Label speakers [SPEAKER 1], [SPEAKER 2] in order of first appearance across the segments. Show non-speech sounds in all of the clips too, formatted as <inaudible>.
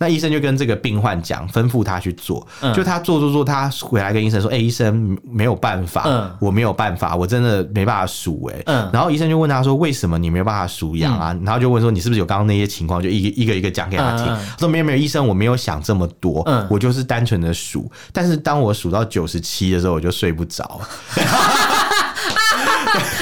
[SPEAKER 1] 那医生就跟这个病患讲，吩咐他去做。
[SPEAKER 2] 嗯
[SPEAKER 1] 就他做做做，他回来跟医生说：“哎、医生没有办法，
[SPEAKER 2] 嗯
[SPEAKER 1] 我没有办法，我真的没办法数。”哎，
[SPEAKER 2] 嗯
[SPEAKER 1] 然后医生就问他说：“为什么你没有办法数羊啊？”然后就问说：“你是不是有刚刚那些情况？”就一个一个一个讲给他听。
[SPEAKER 2] 嗯嗯
[SPEAKER 1] 他说：“没有没有，医生，我没有想这么多，
[SPEAKER 2] 嗯
[SPEAKER 1] 我就是单纯的数。但是当我数到九十七的时候，我就睡不着。
[SPEAKER 2] <laughs>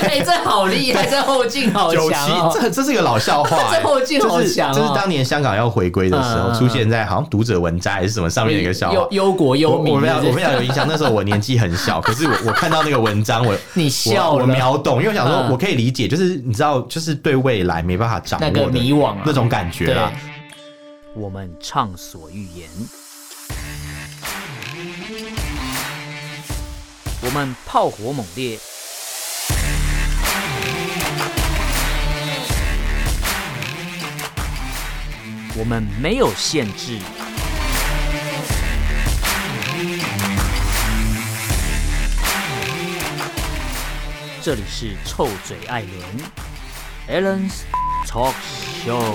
[SPEAKER 2] 哎、这好厉害，这后劲好
[SPEAKER 1] 九
[SPEAKER 2] 强
[SPEAKER 1] 七，
[SPEAKER 2] 哦！
[SPEAKER 1] 这这是一个老笑话、哎
[SPEAKER 2] <laughs> 这后劲好
[SPEAKER 1] 就是
[SPEAKER 2] 强哦
[SPEAKER 1] 就是当年香港要回归的时候，
[SPEAKER 2] 嗯嗯嗯
[SPEAKER 1] 出现在好像读者文摘还是什么上面的一个笑话。
[SPEAKER 2] 忧忧国
[SPEAKER 1] 我
[SPEAKER 2] 忧民，
[SPEAKER 1] 我非常
[SPEAKER 2] 对
[SPEAKER 1] 我
[SPEAKER 2] 不
[SPEAKER 1] 非
[SPEAKER 2] 对
[SPEAKER 1] 常有印象，那时候我年纪很小，可是我我看到那个文章，我
[SPEAKER 2] <laughs> 你笑
[SPEAKER 1] 我我
[SPEAKER 2] 了
[SPEAKER 1] 秒懂，因为我想说
[SPEAKER 2] 嗯
[SPEAKER 1] 我可以理解，就是你知道，就是对未来没办法掌握
[SPEAKER 2] 那个
[SPEAKER 1] 的
[SPEAKER 2] 迷惘啊
[SPEAKER 1] 那种感觉啦。
[SPEAKER 2] 我们畅所欲言，我们炮火猛烈，我们没有限制。这里是臭嘴艾伦 a l l e n s Talk Show。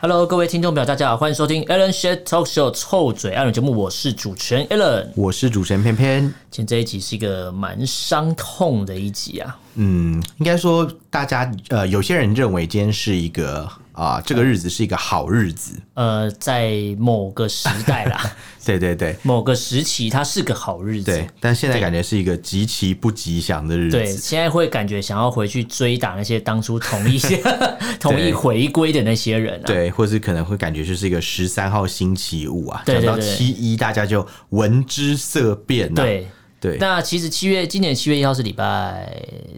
[SPEAKER 2] Hello，各位听众朋友，大家好，欢迎收听 Alan s h a t Talk Show 臭嘴艾伦节目，我是主持人 Alan。
[SPEAKER 1] 我是主持人偏偏，
[SPEAKER 2] 今天这一集是一个蛮伤痛的一集啊，
[SPEAKER 1] 嗯，应该说大家呃，有些人认为今天是一个啊、这个日子是一个好日子，
[SPEAKER 2] 呃，在某个时代
[SPEAKER 1] <laughs>
[SPEAKER 2] 啦，
[SPEAKER 1] 对对对
[SPEAKER 2] 某个时期，它是个好日子
[SPEAKER 1] 对。，但现在感觉是一个极其不吉祥的日
[SPEAKER 2] 对，
[SPEAKER 1] 子。
[SPEAKER 2] 现在会感觉想要回去追打那些当初同
[SPEAKER 1] <laughs>
[SPEAKER 2] 意 <laughs> 同意回归的那些人啊。
[SPEAKER 1] 对，或是可能会感觉就是一个十三号星期五啊，
[SPEAKER 2] 对
[SPEAKER 1] 讲
[SPEAKER 2] 对
[SPEAKER 1] 到
[SPEAKER 2] 对对
[SPEAKER 1] 七一，大家就闻之色变、啊。
[SPEAKER 2] 对
[SPEAKER 1] 对，
[SPEAKER 2] 那其实七月今年七月一号是礼拜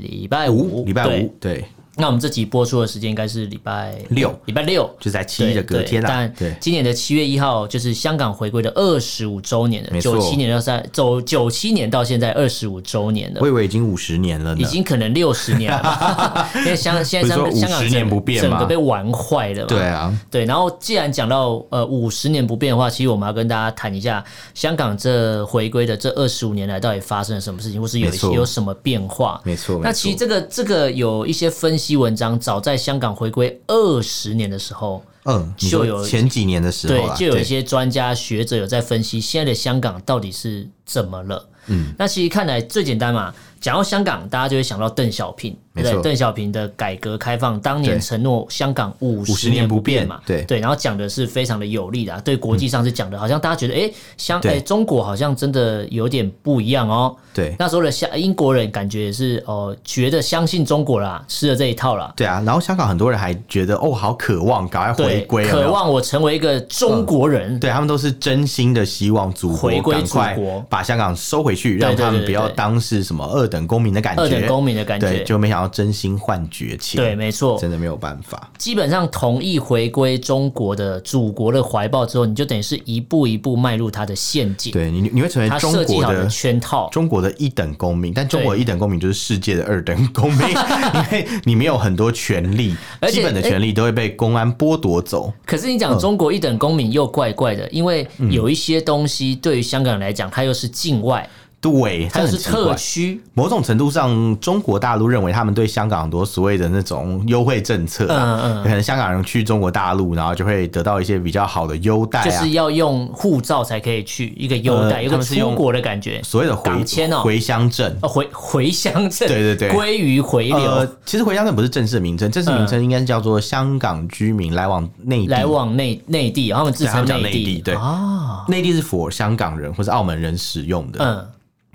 [SPEAKER 2] 礼拜五，
[SPEAKER 1] 礼拜
[SPEAKER 2] 对
[SPEAKER 1] 哎五，。对，
[SPEAKER 2] 那我们这集播出的时间应该是礼拜
[SPEAKER 1] 六
[SPEAKER 2] 礼拜六，
[SPEAKER 1] 就在七
[SPEAKER 2] 对
[SPEAKER 1] 一的隔天啊啦。
[SPEAKER 2] 对但今年的七月一号就是香港回归的二十五周年
[SPEAKER 1] 没
[SPEAKER 2] 了，
[SPEAKER 1] 错
[SPEAKER 2] 九七年到三走九七年到现在二十五周年了
[SPEAKER 1] 我。以为已经五十年了呢，
[SPEAKER 2] 已经可能六十年
[SPEAKER 1] <laughs>
[SPEAKER 2] 了吧，因为香现在
[SPEAKER 1] 不
[SPEAKER 2] 香
[SPEAKER 1] 是说
[SPEAKER 2] 香港
[SPEAKER 1] 50
[SPEAKER 2] 整
[SPEAKER 1] 年不变吗
[SPEAKER 2] 整个被玩坏了嘛。
[SPEAKER 1] 对啊，
[SPEAKER 2] 对，然后既然讲到呃五十年不变的话，其实我们要跟大家谈一下香港这回归的这二十五年来到底发生了什么事情，或是有一
[SPEAKER 1] 没
[SPEAKER 2] 些
[SPEAKER 1] 错
[SPEAKER 2] 有什么变化。
[SPEAKER 1] 没错。
[SPEAKER 2] 那
[SPEAKER 1] 没
[SPEAKER 2] 其实
[SPEAKER 1] 错
[SPEAKER 2] 这个这个有一些分析文章，早在香港回归二十年的时候，
[SPEAKER 1] 嗯，你说
[SPEAKER 2] 就有
[SPEAKER 1] 前几年的时候啊
[SPEAKER 2] 对
[SPEAKER 1] 啦，，
[SPEAKER 2] 就有一些专家学者有在分析现在的香港到底是怎么了。嗯，那其实看来最简单嘛，讲到香港，大家就会想到邓小平，
[SPEAKER 1] 没
[SPEAKER 2] 对
[SPEAKER 1] 错
[SPEAKER 2] 不对？邓小平的改革开放，当
[SPEAKER 1] 对
[SPEAKER 2] 年承诺香港五
[SPEAKER 1] 50
[SPEAKER 2] 十
[SPEAKER 1] 年不
[SPEAKER 2] 不
[SPEAKER 1] 变
[SPEAKER 2] 嘛，
[SPEAKER 1] 对
[SPEAKER 2] 对，然后讲的是非常的有力的啊、对国际上是讲的，好像大家觉得，哎，香，
[SPEAKER 1] 对
[SPEAKER 2] 哎，中国好像真的有点不一样哦。
[SPEAKER 1] 对对
[SPEAKER 2] 那时候的香英国人感觉也是哦、呃觉得相信中国啦，吃了这一套啦。
[SPEAKER 1] 对啊。然后香港很多人还觉得哦，好渴望赶快回
[SPEAKER 2] 对，
[SPEAKER 1] 归，有没有
[SPEAKER 2] 渴。望我成为一个中国人，
[SPEAKER 1] 对他们都是真心的希望祖国
[SPEAKER 2] 回归
[SPEAKER 1] 赶快
[SPEAKER 2] 祖国
[SPEAKER 1] 把香港收回去，让
[SPEAKER 2] 对对
[SPEAKER 1] 他们
[SPEAKER 2] 对
[SPEAKER 1] 不要
[SPEAKER 2] 对
[SPEAKER 1] 当是什么二等公民的感觉，
[SPEAKER 2] 二等公民的感觉
[SPEAKER 1] 对，就没想到真心换绝情，
[SPEAKER 2] 对，没错，
[SPEAKER 1] 真的没有办法。
[SPEAKER 2] 基本上同意回归中国的祖国的怀抱之后，你就等于是一步一步迈入他的陷阱，
[SPEAKER 1] 对你，你会成为
[SPEAKER 2] 他
[SPEAKER 1] 中
[SPEAKER 2] 设计
[SPEAKER 1] 国
[SPEAKER 2] 好
[SPEAKER 1] 的
[SPEAKER 2] 的圈套。
[SPEAKER 1] 中国的一等公民，但中国的
[SPEAKER 2] 对
[SPEAKER 1] 一等公民就是世界的二等公
[SPEAKER 2] <laughs>
[SPEAKER 1] 民，因为你没有很多权利，
[SPEAKER 2] 而且
[SPEAKER 1] 基本的权利都会被公安剥夺走。
[SPEAKER 2] 可是你讲中国一等公民又怪怪的，因为有一些东西对于香港人来讲，它又是境外，
[SPEAKER 1] 对，它
[SPEAKER 2] 它
[SPEAKER 1] 嗯
[SPEAKER 2] 又
[SPEAKER 1] 很
[SPEAKER 2] 是
[SPEAKER 1] 奇怪
[SPEAKER 2] 特。区，
[SPEAKER 1] 某种程度上，中国大陆认为他们对香港很多所谓的那种优惠政策、啊，
[SPEAKER 2] 嗯
[SPEAKER 1] 可能香港人去中国大陆，然后就会得到一些比较好的优待啊，
[SPEAKER 2] 就是要用护照才可以去，一个优待，
[SPEAKER 1] 呃
[SPEAKER 2] 有
[SPEAKER 1] 他
[SPEAKER 2] 个
[SPEAKER 1] 们是用
[SPEAKER 2] 出国的感觉。
[SPEAKER 1] 所谓的回
[SPEAKER 2] 港签哦
[SPEAKER 1] 回乡证。
[SPEAKER 2] 哦回 <laughs> 回乡证，
[SPEAKER 1] 对对对
[SPEAKER 2] 归于回流，嗯
[SPEAKER 1] 呃，其实回乡证不是正式名称，正式名称应该是叫做香港居民来往内地
[SPEAKER 2] 来往内内地，他们自
[SPEAKER 1] 对他
[SPEAKER 2] 称
[SPEAKER 1] 们讲内
[SPEAKER 2] 地，
[SPEAKER 1] 地，对，
[SPEAKER 2] 啊，
[SPEAKER 1] 内地是 for 香港人或是澳门人使用的，
[SPEAKER 2] 嗯，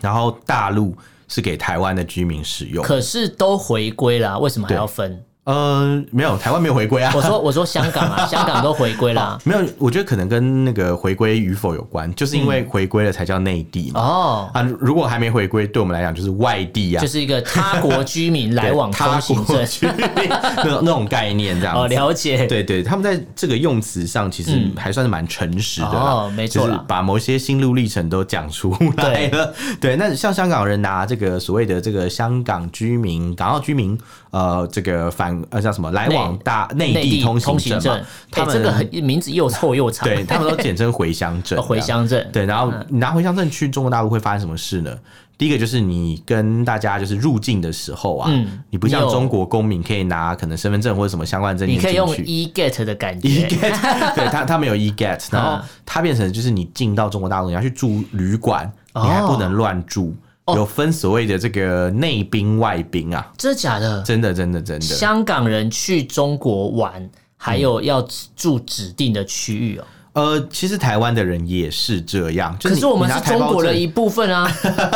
[SPEAKER 1] 然后大陆是给台湾的居民使用。
[SPEAKER 2] 可是都回归啦，为什么还要分？
[SPEAKER 1] 呃，没有，台湾没有回归啊
[SPEAKER 2] 我。说我说香港啊，香港都回归啦。
[SPEAKER 1] <laughs> 没有，我觉得可能跟那个回归与否有关，就是因为回归了才叫内地嘛。
[SPEAKER 2] 哦，
[SPEAKER 1] 啊，如果还没回归，对我们来讲就是外地啊，
[SPEAKER 2] 就是是一个他国居民来往通行证。
[SPEAKER 1] 那种那种概念这样
[SPEAKER 2] 哦，
[SPEAKER 1] 子。
[SPEAKER 2] 了解。
[SPEAKER 1] 对对，他们在这个用词上其实
[SPEAKER 2] 嗯
[SPEAKER 1] 还算是蛮诚实的啦，
[SPEAKER 2] 哦没错
[SPEAKER 1] 就是
[SPEAKER 2] 啦
[SPEAKER 1] 把某些心路历程都讲出来了。对，那像香港人拿这个所谓的这个香港居民、港澳居民，呃，这个反呃叫什么来往大内
[SPEAKER 2] 内
[SPEAKER 1] 地
[SPEAKER 2] 地
[SPEAKER 1] 通行
[SPEAKER 2] 行
[SPEAKER 1] 证嘛，他
[SPEAKER 2] 哎，
[SPEAKER 1] 们、
[SPEAKER 2] 这个很名字又臭又长。
[SPEAKER 1] 对他们都简称回乡证，
[SPEAKER 2] 哦回。乡证。
[SPEAKER 1] 对，然后你拿回乡证去中国大陆会发生什么事呢？第一个就是你跟大家就是入境的时候啊，
[SPEAKER 2] 嗯
[SPEAKER 1] 你不像
[SPEAKER 2] 你有
[SPEAKER 1] 中国公民可以拿可能身份证或者什么相关证
[SPEAKER 2] 你
[SPEAKER 1] 件
[SPEAKER 2] 可以用
[SPEAKER 1] 进去。
[SPEAKER 2] e get 的感
[SPEAKER 1] e
[SPEAKER 2] 觉， <laughs>
[SPEAKER 1] get，对他他没有 e get，然后
[SPEAKER 2] 啊
[SPEAKER 1] 他变成就是你进到中国大陆，你要去住旅馆，你还不
[SPEAKER 2] 哦
[SPEAKER 1] 能乱住，有分所谓的这个内宾外宾啊，
[SPEAKER 2] 真的假的？
[SPEAKER 1] 真的真的真的，
[SPEAKER 2] 香港人去中国玩，还有要住指定的区域哦。
[SPEAKER 1] 呃，其实台湾的人也是这样，就
[SPEAKER 2] 可
[SPEAKER 1] 你
[SPEAKER 2] 是我们
[SPEAKER 1] 你拿
[SPEAKER 2] 是
[SPEAKER 1] 台
[SPEAKER 2] 中
[SPEAKER 1] 胞
[SPEAKER 2] 国的
[SPEAKER 1] 证
[SPEAKER 2] 一部分啊，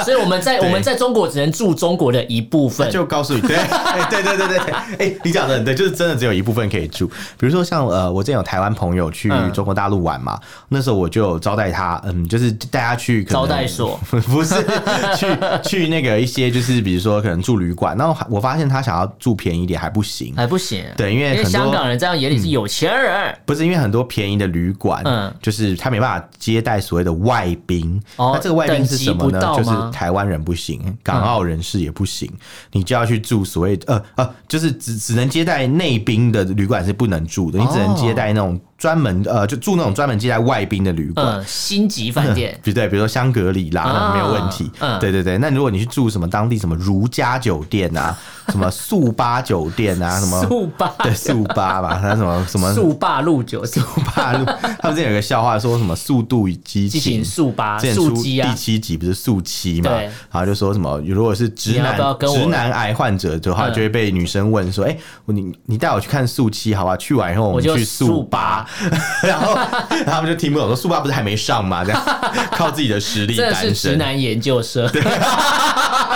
[SPEAKER 2] 所以我们
[SPEAKER 1] <laughs>
[SPEAKER 2] 在
[SPEAKER 1] 对
[SPEAKER 2] 我们在中国只能住中国的一部分。
[SPEAKER 1] 就告诉你，对，哎对对对对对，哎、你讲的很对，就是真的只有一部分可以住。比如说像呃，我之前有台湾朋友去
[SPEAKER 2] 嗯
[SPEAKER 1] 中国大陆玩嘛，那时候我就有招待他，嗯，就是带他去可能
[SPEAKER 2] 招待所
[SPEAKER 1] <laughs> 不是去去那个一些就是比如说可能住旅馆，然后我发现他想要住便宜一点还不行，
[SPEAKER 2] 还不行啊，
[SPEAKER 1] 对因为
[SPEAKER 2] 因为
[SPEAKER 1] 很多嗯
[SPEAKER 2] 香港人在他眼里是有钱人，
[SPEAKER 1] 不是因为很多便宜的旅馆，
[SPEAKER 2] 嗯
[SPEAKER 1] 就是他没办法接待所谓的外宾。
[SPEAKER 2] 哦
[SPEAKER 1] 那这个外宾是什么呢
[SPEAKER 2] 等级不？到
[SPEAKER 1] 就是
[SPEAKER 2] 吗嗯
[SPEAKER 1] 台湾人不行，港澳人士也不行，你就要去住所谓呃呃，就是只只能接待内宾的旅馆是不能住的，你只
[SPEAKER 2] 哦
[SPEAKER 1] 能接待那种专门呃，就住那种专门接待外宾的旅馆。
[SPEAKER 2] 嗯，星级饭店
[SPEAKER 1] 比 <coughs> 对，比如说香格里拉那
[SPEAKER 2] 啊
[SPEAKER 1] 没有问题。
[SPEAKER 2] 嗯
[SPEAKER 1] 对对对，那如果你去住什么当地什么如家酒店
[SPEAKER 2] <laughs>
[SPEAKER 1] 啊，什么速八酒店啊，什么
[SPEAKER 2] 速霸
[SPEAKER 1] 对速八
[SPEAKER 2] <laughs>
[SPEAKER 1] 吧，那什么什么
[SPEAKER 2] 速霸路酒店
[SPEAKER 1] 怕路， <laughs> 他们之前有个笑话说什么速度与激
[SPEAKER 2] 激
[SPEAKER 1] 情
[SPEAKER 2] 情。速八
[SPEAKER 1] 之前
[SPEAKER 2] 速
[SPEAKER 1] 出
[SPEAKER 2] 激
[SPEAKER 1] 第
[SPEAKER 2] 啊，
[SPEAKER 1] 七集不是速七嘛，
[SPEAKER 2] 对
[SPEAKER 1] 然后就说什么如果是直
[SPEAKER 2] 你要
[SPEAKER 1] 男
[SPEAKER 2] 不要跟我
[SPEAKER 1] 直男癌患者的话，
[SPEAKER 2] 嗯
[SPEAKER 1] 就会被女生问说：“哎、我你你带我去看速七好吧？啊去完以后我
[SPEAKER 2] 我
[SPEAKER 1] 们
[SPEAKER 2] 就
[SPEAKER 1] 去
[SPEAKER 2] 速
[SPEAKER 1] 速
[SPEAKER 2] 八
[SPEAKER 1] 八。” <laughs> 然后 <laughs> 然后他们就听不懂，说速八不是还没上吗？这样
[SPEAKER 2] <laughs>
[SPEAKER 1] 靠自己的实力
[SPEAKER 2] 这
[SPEAKER 1] 单
[SPEAKER 2] 是
[SPEAKER 1] 身，
[SPEAKER 2] 直男研究社，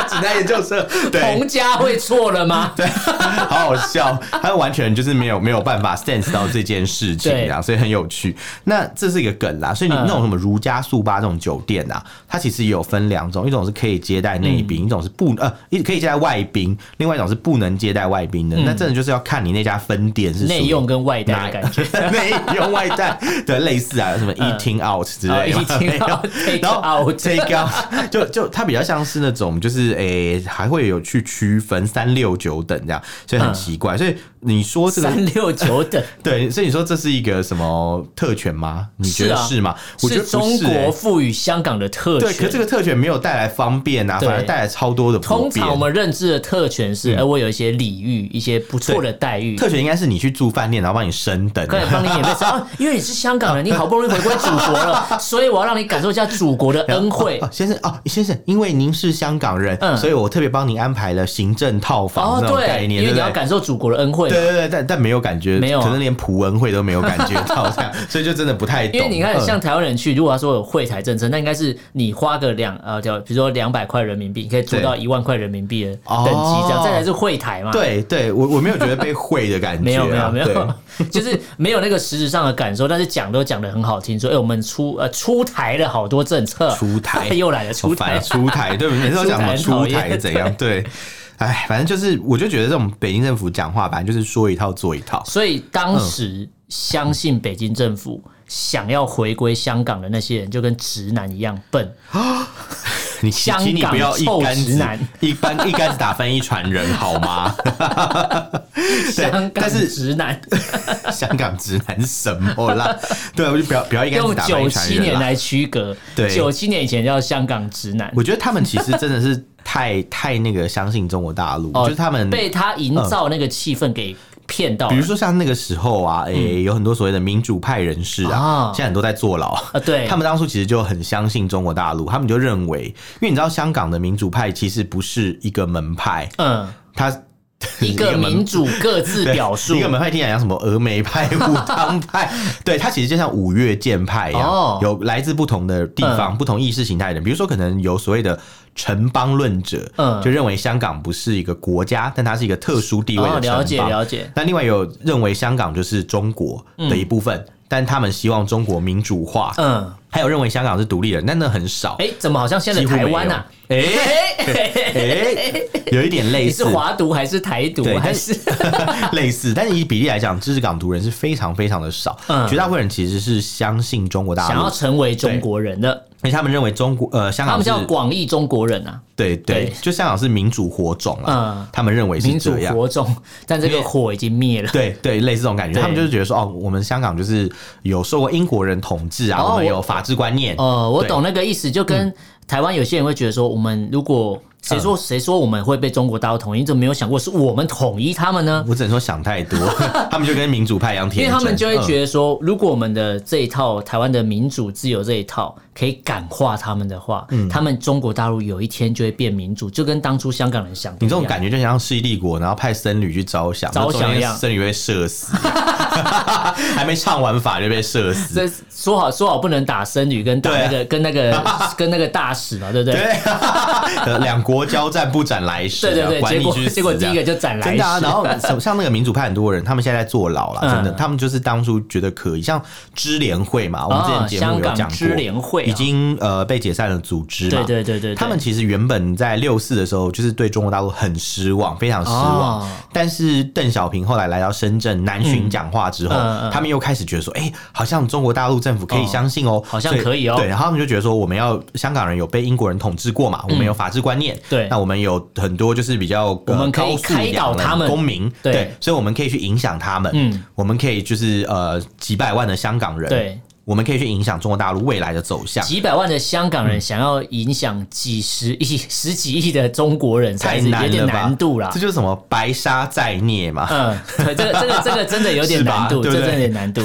[SPEAKER 1] 直男研究
[SPEAKER 2] <laughs>
[SPEAKER 1] 社，对
[SPEAKER 2] 彭家会错
[SPEAKER 1] <laughs>
[SPEAKER 2] 了吗？
[SPEAKER 1] 对，好好笑，他完全就是没有没有办法 sense 到这件事情啊，所以很有趣。那这是一个梗啦，所以你
[SPEAKER 2] 嗯
[SPEAKER 1] 那种什么如家速八这种酒店啊，它其实也有分两种，一种是可以接待内
[SPEAKER 2] 嗯
[SPEAKER 1] 宾，一种是不呃一可以接待外宾，另外一种是不能接待外宾的。那真的就是要看你那家分店是属于
[SPEAKER 2] 嗯内用跟外带
[SPEAKER 1] 哪
[SPEAKER 2] 的感觉，
[SPEAKER 1] <laughs>
[SPEAKER 2] 嗯
[SPEAKER 1] 内用外带的类似啊，什么 eating out 之类的，
[SPEAKER 2] 哦，eating out，
[SPEAKER 1] <laughs> 没有
[SPEAKER 2] take
[SPEAKER 1] 然后
[SPEAKER 2] out <laughs>
[SPEAKER 1] take out 就就它比较像是那种就是诶、还会有去区分三六九等这样，所以很奇怪。所以你说这个
[SPEAKER 2] 嗯三六九等
[SPEAKER 1] 对，所以你说这是一个什么特权吗？你觉得
[SPEAKER 2] 是啊
[SPEAKER 1] 是吗？ <laughs> 我觉得
[SPEAKER 2] 是
[SPEAKER 1] 不
[SPEAKER 2] 中
[SPEAKER 1] 欸
[SPEAKER 2] 国赋予香港的特
[SPEAKER 1] 对，可
[SPEAKER 2] 权
[SPEAKER 1] 是这。个特权没有带来方便啊，反而
[SPEAKER 2] 对
[SPEAKER 1] 带来超多的不
[SPEAKER 2] 通
[SPEAKER 1] 便
[SPEAKER 2] 常我。们认知的特权是，
[SPEAKER 1] 嗯
[SPEAKER 2] 哎，我有一些礼遇，一些不错的待遇，
[SPEAKER 1] 特权应该是你去住饭店，然后帮你升等，
[SPEAKER 2] 快点
[SPEAKER 1] <laughs>
[SPEAKER 2] 帮你免费吃啊！因为你是香港人，你好不容易回归祖国
[SPEAKER 1] <laughs>
[SPEAKER 2] 了，所以我要让你感受一下祖国的恩惠
[SPEAKER 1] 哦，。先生哦，先生，因为您是香港人，
[SPEAKER 2] 嗯
[SPEAKER 1] 所以我特别帮您安排了行政套房
[SPEAKER 2] 哦，
[SPEAKER 1] 这种概
[SPEAKER 2] 对，
[SPEAKER 1] 念，
[SPEAKER 2] 因
[SPEAKER 1] 对
[SPEAKER 2] 为你
[SPEAKER 1] 不
[SPEAKER 2] 要
[SPEAKER 1] 对？
[SPEAKER 2] 感受祖国的恩惠嘛
[SPEAKER 1] 对。对对，但但没有感觉，
[SPEAKER 2] 没有啊
[SPEAKER 1] 可能连朴恩惠都没有感觉到这样， <laughs> 所以就真的不太懂。
[SPEAKER 2] 因为你看，
[SPEAKER 1] 嗯
[SPEAKER 2] 像台湾人去，如果他说有惠台政策，那应该是你花个两呃，叫比如说两百块人民币，你可以住到一万块人民币的
[SPEAKER 1] 哦
[SPEAKER 2] 等级，这样再来是惠台嘛。，
[SPEAKER 1] 嗯对对，我我没有觉得被惠的感觉啊，
[SPEAKER 2] 没有没有没
[SPEAKER 1] 对
[SPEAKER 2] 有，就是没有那个实质上的感受，但是讲都讲的很好听，说哎、我们出呃出台了好多政策，
[SPEAKER 1] 出台
[SPEAKER 2] <laughs> 又来了
[SPEAKER 1] 好
[SPEAKER 2] <laughs> 出
[SPEAKER 1] 烦啊
[SPEAKER 2] 台，
[SPEAKER 1] 出台，对，每次都讲什么
[SPEAKER 2] <laughs> 出
[SPEAKER 1] 出
[SPEAKER 2] 台很讨
[SPEAKER 1] 台
[SPEAKER 2] 厌
[SPEAKER 1] 怎样，对，哎，反正就是，我就觉得这种北京政府讲话，反正就是说一套做一套，
[SPEAKER 2] 所以当时相信北京政府想要回归香港的那些人，就跟直男一样笨。
[SPEAKER 1] 你
[SPEAKER 2] 香
[SPEAKER 1] 请你
[SPEAKER 2] 港
[SPEAKER 1] 不要一
[SPEAKER 2] 臭
[SPEAKER 1] 竿
[SPEAKER 2] 直
[SPEAKER 1] 子
[SPEAKER 2] 男
[SPEAKER 1] 一竿一竿子打翻一船人好
[SPEAKER 2] <laughs>
[SPEAKER 1] 吗？
[SPEAKER 2] 香港
[SPEAKER 1] 但是 <laughs>
[SPEAKER 2] 直男
[SPEAKER 1] 香港直男是什么啦？对，我就不要不要一竿子
[SPEAKER 2] 用
[SPEAKER 1] 打翻
[SPEAKER 2] 九
[SPEAKER 1] 一船
[SPEAKER 2] 七
[SPEAKER 1] 人
[SPEAKER 2] 年
[SPEAKER 1] 啦。
[SPEAKER 2] 来区隔，
[SPEAKER 1] 对
[SPEAKER 2] 九七年以前叫香港直男，
[SPEAKER 1] 我觉得他们其实真的是太太那个相信中国大陆，
[SPEAKER 2] 哦
[SPEAKER 1] 就是他们。
[SPEAKER 2] 被他营造那个气氛给骗到
[SPEAKER 1] 嗯
[SPEAKER 2] 了。
[SPEAKER 1] 比如说像那个时候啊，诶、有很多所谓的民主派人士啊，
[SPEAKER 2] 嗯啊
[SPEAKER 1] 现在很多在坐牢。
[SPEAKER 2] 啊，对，
[SPEAKER 1] 他们当初其实就很相信中国大陆，他们就认为，因为你知道香港的民主派其实不是一个门派，
[SPEAKER 2] 嗯，
[SPEAKER 1] 它
[SPEAKER 2] 一个
[SPEAKER 1] 门
[SPEAKER 2] 民主各自
[SPEAKER 1] 对
[SPEAKER 2] 表述
[SPEAKER 1] 一，个门派听起来像什么峨眉派、武当
[SPEAKER 2] <laughs>
[SPEAKER 1] 派，对，它其实就像五岳剑派一样，
[SPEAKER 2] 哦嗯
[SPEAKER 1] 有来自不同的地方、不同意识形态的人，比如说可能有所谓的。城邦论者，
[SPEAKER 2] 嗯
[SPEAKER 1] 就认为香港不是一个国家，但它是一个特殊地位
[SPEAKER 2] 哦，
[SPEAKER 1] 的城邦。
[SPEAKER 2] 了解了解，
[SPEAKER 1] 那另外有认为香港就是中国的一部分，但他们希望中国民主化。
[SPEAKER 2] 嗯，
[SPEAKER 1] 还有认为香港是独立的，但那很
[SPEAKER 2] <laughs>
[SPEAKER 1] 少。
[SPEAKER 2] 哎，怎么好像现在
[SPEAKER 1] 几
[SPEAKER 2] 的
[SPEAKER 1] 乎没
[SPEAKER 2] 台
[SPEAKER 1] 有
[SPEAKER 2] 湾啊？
[SPEAKER 1] 哎哎，有一点类
[SPEAKER 2] 你是
[SPEAKER 1] 似，
[SPEAKER 2] 华独还是台独
[SPEAKER 1] 对
[SPEAKER 2] 还
[SPEAKER 1] 但
[SPEAKER 2] 是？
[SPEAKER 1] <laughs> 类似，但是以比例来讲，支持港独人是非常非常的少，
[SPEAKER 2] 嗯
[SPEAKER 1] 绝大部分人其实是相信中国大
[SPEAKER 2] 想
[SPEAKER 1] 陆
[SPEAKER 2] 要，成为中国人的，
[SPEAKER 1] 而且他们认为中国呃香
[SPEAKER 2] 他
[SPEAKER 1] 港
[SPEAKER 2] 们
[SPEAKER 1] 是
[SPEAKER 2] 叫广义中国人啊，
[SPEAKER 1] 对对
[SPEAKER 2] 对，
[SPEAKER 1] 就香港是民主火种啊
[SPEAKER 2] 嗯，
[SPEAKER 1] 他们认为是
[SPEAKER 2] 民主
[SPEAKER 1] 这样。
[SPEAKER 2] 火种， <laughs> 但这
[SPEAKER 1] 因
[SPEAKER 2] 个
[SPEAKER 1] 为
[SPEAKER 2] 火已经灭了。 <laughs>
[SPEAKER 1] 对对，类似这种感觉，
[SPEAKER 2] 对
[SPEAKER 1] 他们就是觉得说，哦，我们香港就是有受过英国人统治啊，
[SPEAKER 2] 哦
[SPEAKER 1] 我们有
[SPEAKER 2] 我
[SPEAKER 1] 法法治观念。
[SPEAKER 2] 呃，我
[SPEAKER 1] 对
[SPEAKER 2] 懂那个意思，就跟台湾有些人会觉得说，我们如果谁说谁说我们会被中国大陆统一，你怎么没有想过是我们统一他们呢？
[SPEAKER 1] 我只能说想太
[SPEAKER 2] <laughs>
[SPEAKER 1] 多，他们就跟民主派一样
[SPEAKER 2] 因
[SPEAKER 1] 天
[SPEAKER 2] 为
[SPEAKER 1] 真，嗯
[SPEAKER 2] 他们就会
[SPEAKER 1] 得
[SPEAKER 2] 觉得说，如果我们的这一套台湾的民主自由这一套可以感化他们的话，他们中国大陆有一天就会变民主，就跟当初香港人想的
[SPEAKER 1] 你
[SPEAKER 2] 一
[SPEAKER 1] 这
[SPEAKER 2] 样。
[SPEAKER 1] 种感觉就像是帝国，然后派僧侣去招降，
[SPEAKER 2] 招降一
[SPEAKER 1] 然
[SPEAKER 2] 样
[SPEAKER 1] 后中间僧侣被射死， <laughs> 还没唱完法就被射死。
[SPEAKER 2] 这说好说好不能打僧侣跟打那个、跟那个跟那个大使嘛，对不对？
[SPEAKER 1] <laughs> 对，呃两国交战不斩来使，
[SPEAKER 2] 对对对，
[SPEAKER 1] 管
[SPEAKER 2] 结
[SPEAKER 1] 你
[SPEAKER 2] 果
[SPEAKER 1] 去死
[SPEAKER 2] 结果
[SPEAKER 1] 这
[SPEAKER 2] 第
[SPEAKER 1] 样
[SPEAKER 2] 一个就斩来
[SPEAKER 1] 真
[SPEAKER 2] 使
[SPEAKER 1] 的啊，然后
[SPEAKER 2] <laughs>
[SPEAKER 1] 像像那个民主派很多人，他们现在在坐牢了，真的，
[SPEAKER 2] 嗯
[SPEAKER 1] 他们就是当初觉得可以，像支联会嘛，我们之前节目有
[SPEAKER 2] 啊香
[SPEAKER 1] 讲
[SPEAKER 2] 港
[SPEAKER 1] 过，
[SPEAKER 2] 支联会啊
[SPEAKER 1] 已经呃被解散了组织嘛，
[SPEAKER 2] 对对对对对，
[SPEAKER 1] 他们其实原本在六四的时候，就是对中国大陆很失望，非常失望。
[SPEAKER 2] 哦
[SPEAKER 1] 但是邓小平后来来到深圳南巡讲话之后，
[SPEAKER 2] 嗯嗯嗯
[SPEAKER 1] 他们又开始觉得说，哎、好像中国大陆政府可以相信哦，
[SPEAKER 2] 好像
[SPEAKER 1] 所
[SPEAKER 2] 可以哦
[SPEAKER 1] 对，然后他们就觉得说，我们要香港人有被英国人统治过嘛，我们有法治观念，
[SPEAKER 2] 嗯对
[SPEAKER 1] 那我们有很多就是比较
[SPEAKER 2] 我们
[SPEAKER 1] 呃
[SPEAKER 2] 可以
[SPEAKER 1] 高素养
[SPEAKER 2] 开导
[SPEAKER 1] 的
[SPEAKER 2] 他们
[SPEAKER 1] 公民，
[SPEAKER 2] 对
[SPEAKER 1] 所以我们可以去影响他们，
[SPEAKER 2] 嗯
[SPEAKER 1] 我们可以就是呃几百万的香港人，
[SPEAKER 2] 对。
[SPEAKER 1] 我们可以去影响中国大陆未来的走向，
[SPEAKER 2] 几百万的香港
[SPEAKER 1] 嗯
[SPEAKER 2] 人想要影响几十亿、 <laughs> 十几亿的中国人，
[SPEAKER 1] 太
[SPEAKER 2] 才是有
[SPEAKER 1] 难
[SPEAKER 2] 点
[SPEAKER 1] 了吧？
[SPEAKER 2] 难度啦
[SPEAKER 1] 这。就是什么白沙在涅嘛，
[SPEAKER 2] 嗯，对，这个这个这个真的有点
[SPEAKER 1] 是吧
[SPEAKER 2] 难度，
[SPEAKER 1] 对
[SPEAKER 2] 这
[SPEAKER 1] 不对
[SPEAKER 2] 真的有点
[SPEAKER 1] <laughs>
[SPEAKER 2] 难度。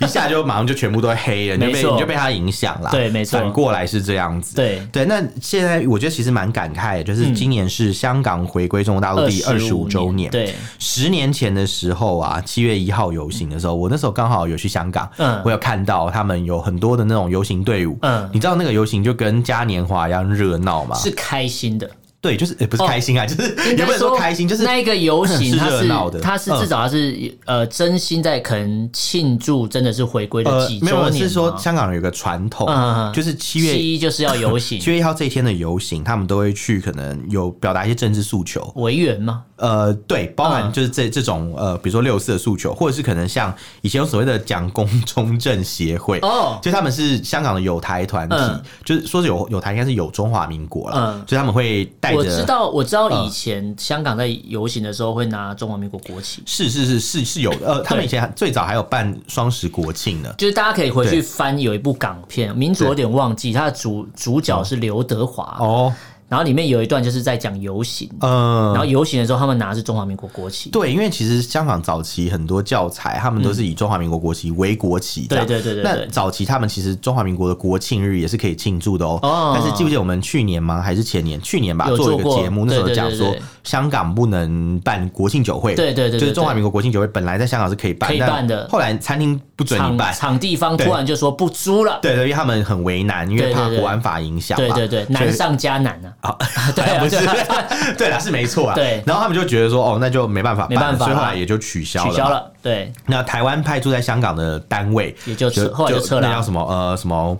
[SPEAKER 1] 一下就马上就全部都黑了，你就
[SPEAKER 2] 没
[SPEAKER 1] 被
[SPEAKER 2] 错
[SPEAKER 1] 你就被他影响了。
[SPEAKER 2] 对没错
[SPEAKER 1] 反过来是这样子。
[SPEAKER 2] 对，
[SPEAKER 1] 对，那现在我觉得其实蛮感慨的，就是
[SPEAKER 2] 嗯
[SPEAKER 1] 今年是香港回归中国大陆第二十五周年。
[SPEAKER 2] 对，
[SPEAKER 1] 十年前的时候啊，七月一号游行的时候，我那时候刚好有去香港，
[SPEAKER 2] 嗯
[SPEAKER 1] 我有看到他们有很多的那种游行队伍，
[SPEAKER 2] 嗯
[SPEAKER 1] 你知道那个游行就跟嘉年华一样热闹嘛，
[SPEAKER 2] 是开心的。
[SPEAKER 1] 对，就是、呃不是
[SPEAKER 2] 哦
[SPEAKER 1] 开心啊，就是
[SPEAKER 2] 应
[SPEAKER 1] 也
[SPEAKER 2] 该
[SPEAKER 1] 不能说开心，就是
[SPEAKER 2] 那一
[SPEAKER 1] <clears throat>
[SPEAKER 2] 个游行，
[SPEAKER 1] 是
[SPEAKER 2] 它
[SPEAKER 1] 热闹
[SPEAKER 2] 是
[SPEAKER 1] 的
[SPEAKER 2] 它是
[SPEAKER 1] 嗯
[SPEAKER 2] 至少它是呃真心在可能庆祝真的是回归
[SPEAKER 1] 呃
[SPEAKER 2] 的几，
[SPEAKER 1] 没
[SPEAKER 2] 周
[SPEAKER 1] 有
[SPEAKER 2] 年
[SPEAKER 1] 是说
[SPEAKER 2] 吗
[SPEAKER 1] 香港人有个传统，
[SPEAKER 2] 嗯嗯嗯
[SPEAKER 1] 就是七月
[SPEAKER 2] 七一就是要游行
[SPEAKER 1] 七月一号这一天的游行，他们都会去，可能有表达一些政治诉求，
[SPEAKER 2] 维园吗？
[SPEAKER 1] 呃，对，包含
[SPEAKER 2] 嗯
[SPEAKER 1] 就是这这种呃，比如说六四的诉求，或者是可能像以前有所谓的蒋公 <laughs> 中正协会，
[SPEAKER 2] 哦
[SPEAKER 1] 就他们是香港的友台团体，
[SPEAKER 2] 嗯
[SPEAKER 1] 就是说是有友台应该是有中华民国了，
[SPEAKER 2] 嗯
[SPEAKER 1] 所以他们会带
[SPEAKER 2] 我知
[SPEAKER 1] 着。嗯
[SPEAKER 2] 道，我知道以前香港在游行的时候会拿中华民国国旗，
[SPEAKER 1] 是是是是是有的，呃，他们以前最早还有办双十国庆呢，
[SPEAKER 2] 就是大家可以回
[SPEAKER 1] 对
[SPEAKER 2] 去翻有一部港片，民主有点忘记，它的主主角是刘德华，
[SPEAKER 1] 嗯哦，
[SPEAKER 2] 然后里面有一段就是在讲游行，
[SPEAKER 1] 嗯，
[SPEAKER 2] 然后游行的时候他们拿的是中华民国国旗，
[SPEAKER 1] 对，因为其实香港早期很多教材，他们都是以中华民国国旗为国旗这样。
[SPEAKER 2] 嗯对对对对对
[SPEAKER 1] 那早期他们其实中华民国的国庆日也是可以庆祝的哦。
[SPEAKER 2] 哦
[SPEAKER 1] 但是记不记得我们去年吗？还是前年？去年吧，
[SPEAKER 2] 有
[SPEAKER 1] 做一
[SPEAKER 2] 做
[SPEAKER 1] 个
[SPEAKER 2] 过
[SPEAKER 1] 节目，那时候
[SPEAKER 2] 对对
[SPEAKER 1] 讲
[SPEAKER 2] 对
[SPEAKER 1] 说
[SPEAKER 2] 对对
[SPEAKER 1] 香港不能办国庆酒会。
[SPEAKER 2] 对对对对
[SPEAKER 1] 就是中华
[SPEAKER 2] 对
[SPEAKER 1] 民国国庆酒会本来在香港是可以办，
[SPEAKER 2] 可以
[SPEAKER 1] 但
[SPEAKER 2] 办的
[SPEAKER 1] 后来餐厅不准你
[SPEAKER 2] 场
[SPEAKER 1] 办。
[SPEAKER 2] 场地方
[SPEAKER 1] 对
[SPEAKER 2] 突然就说不租了，
[SPEAKER 1] 对对，因为他们很为难，因为
[SPEAKER 2] 对对
[SPEAKER 1] 怕
[SPEAKER 2] 对
[SPEAKER 1] 国安法影响嘛。
[SPEAKER 2] 对对对，
[SPEAKER 1] 所以
[SPEAKER 2] 难上加难啊，
[SPEAKER 1] 啊，
[SPEAKER 2] <laughs> 对啊
[SPEAKER 1] 好像 <laughs> 不
[SPEAKER 2] 对
[SPEAKER 1] 是，对啦，是没错啦。啊
[SPEAKER 2] 对
[SPEAKER 1] 然后他们就觉得说，哦，那就没办法办了，
[SPEAKER 2] 没办法
[SPEAKER 1] 所以后
[SPEAKER 2] 啦
[SPEAKER 1] 来也就取消了。
[SPEAKER 2] 取消。了，对，
[SPEAKER 1] 那台湾派驻在香港的单位
[SPEAKER 2] 也就撤后来就撤了啊
[SPEAKER 1] 那叫什么呃什么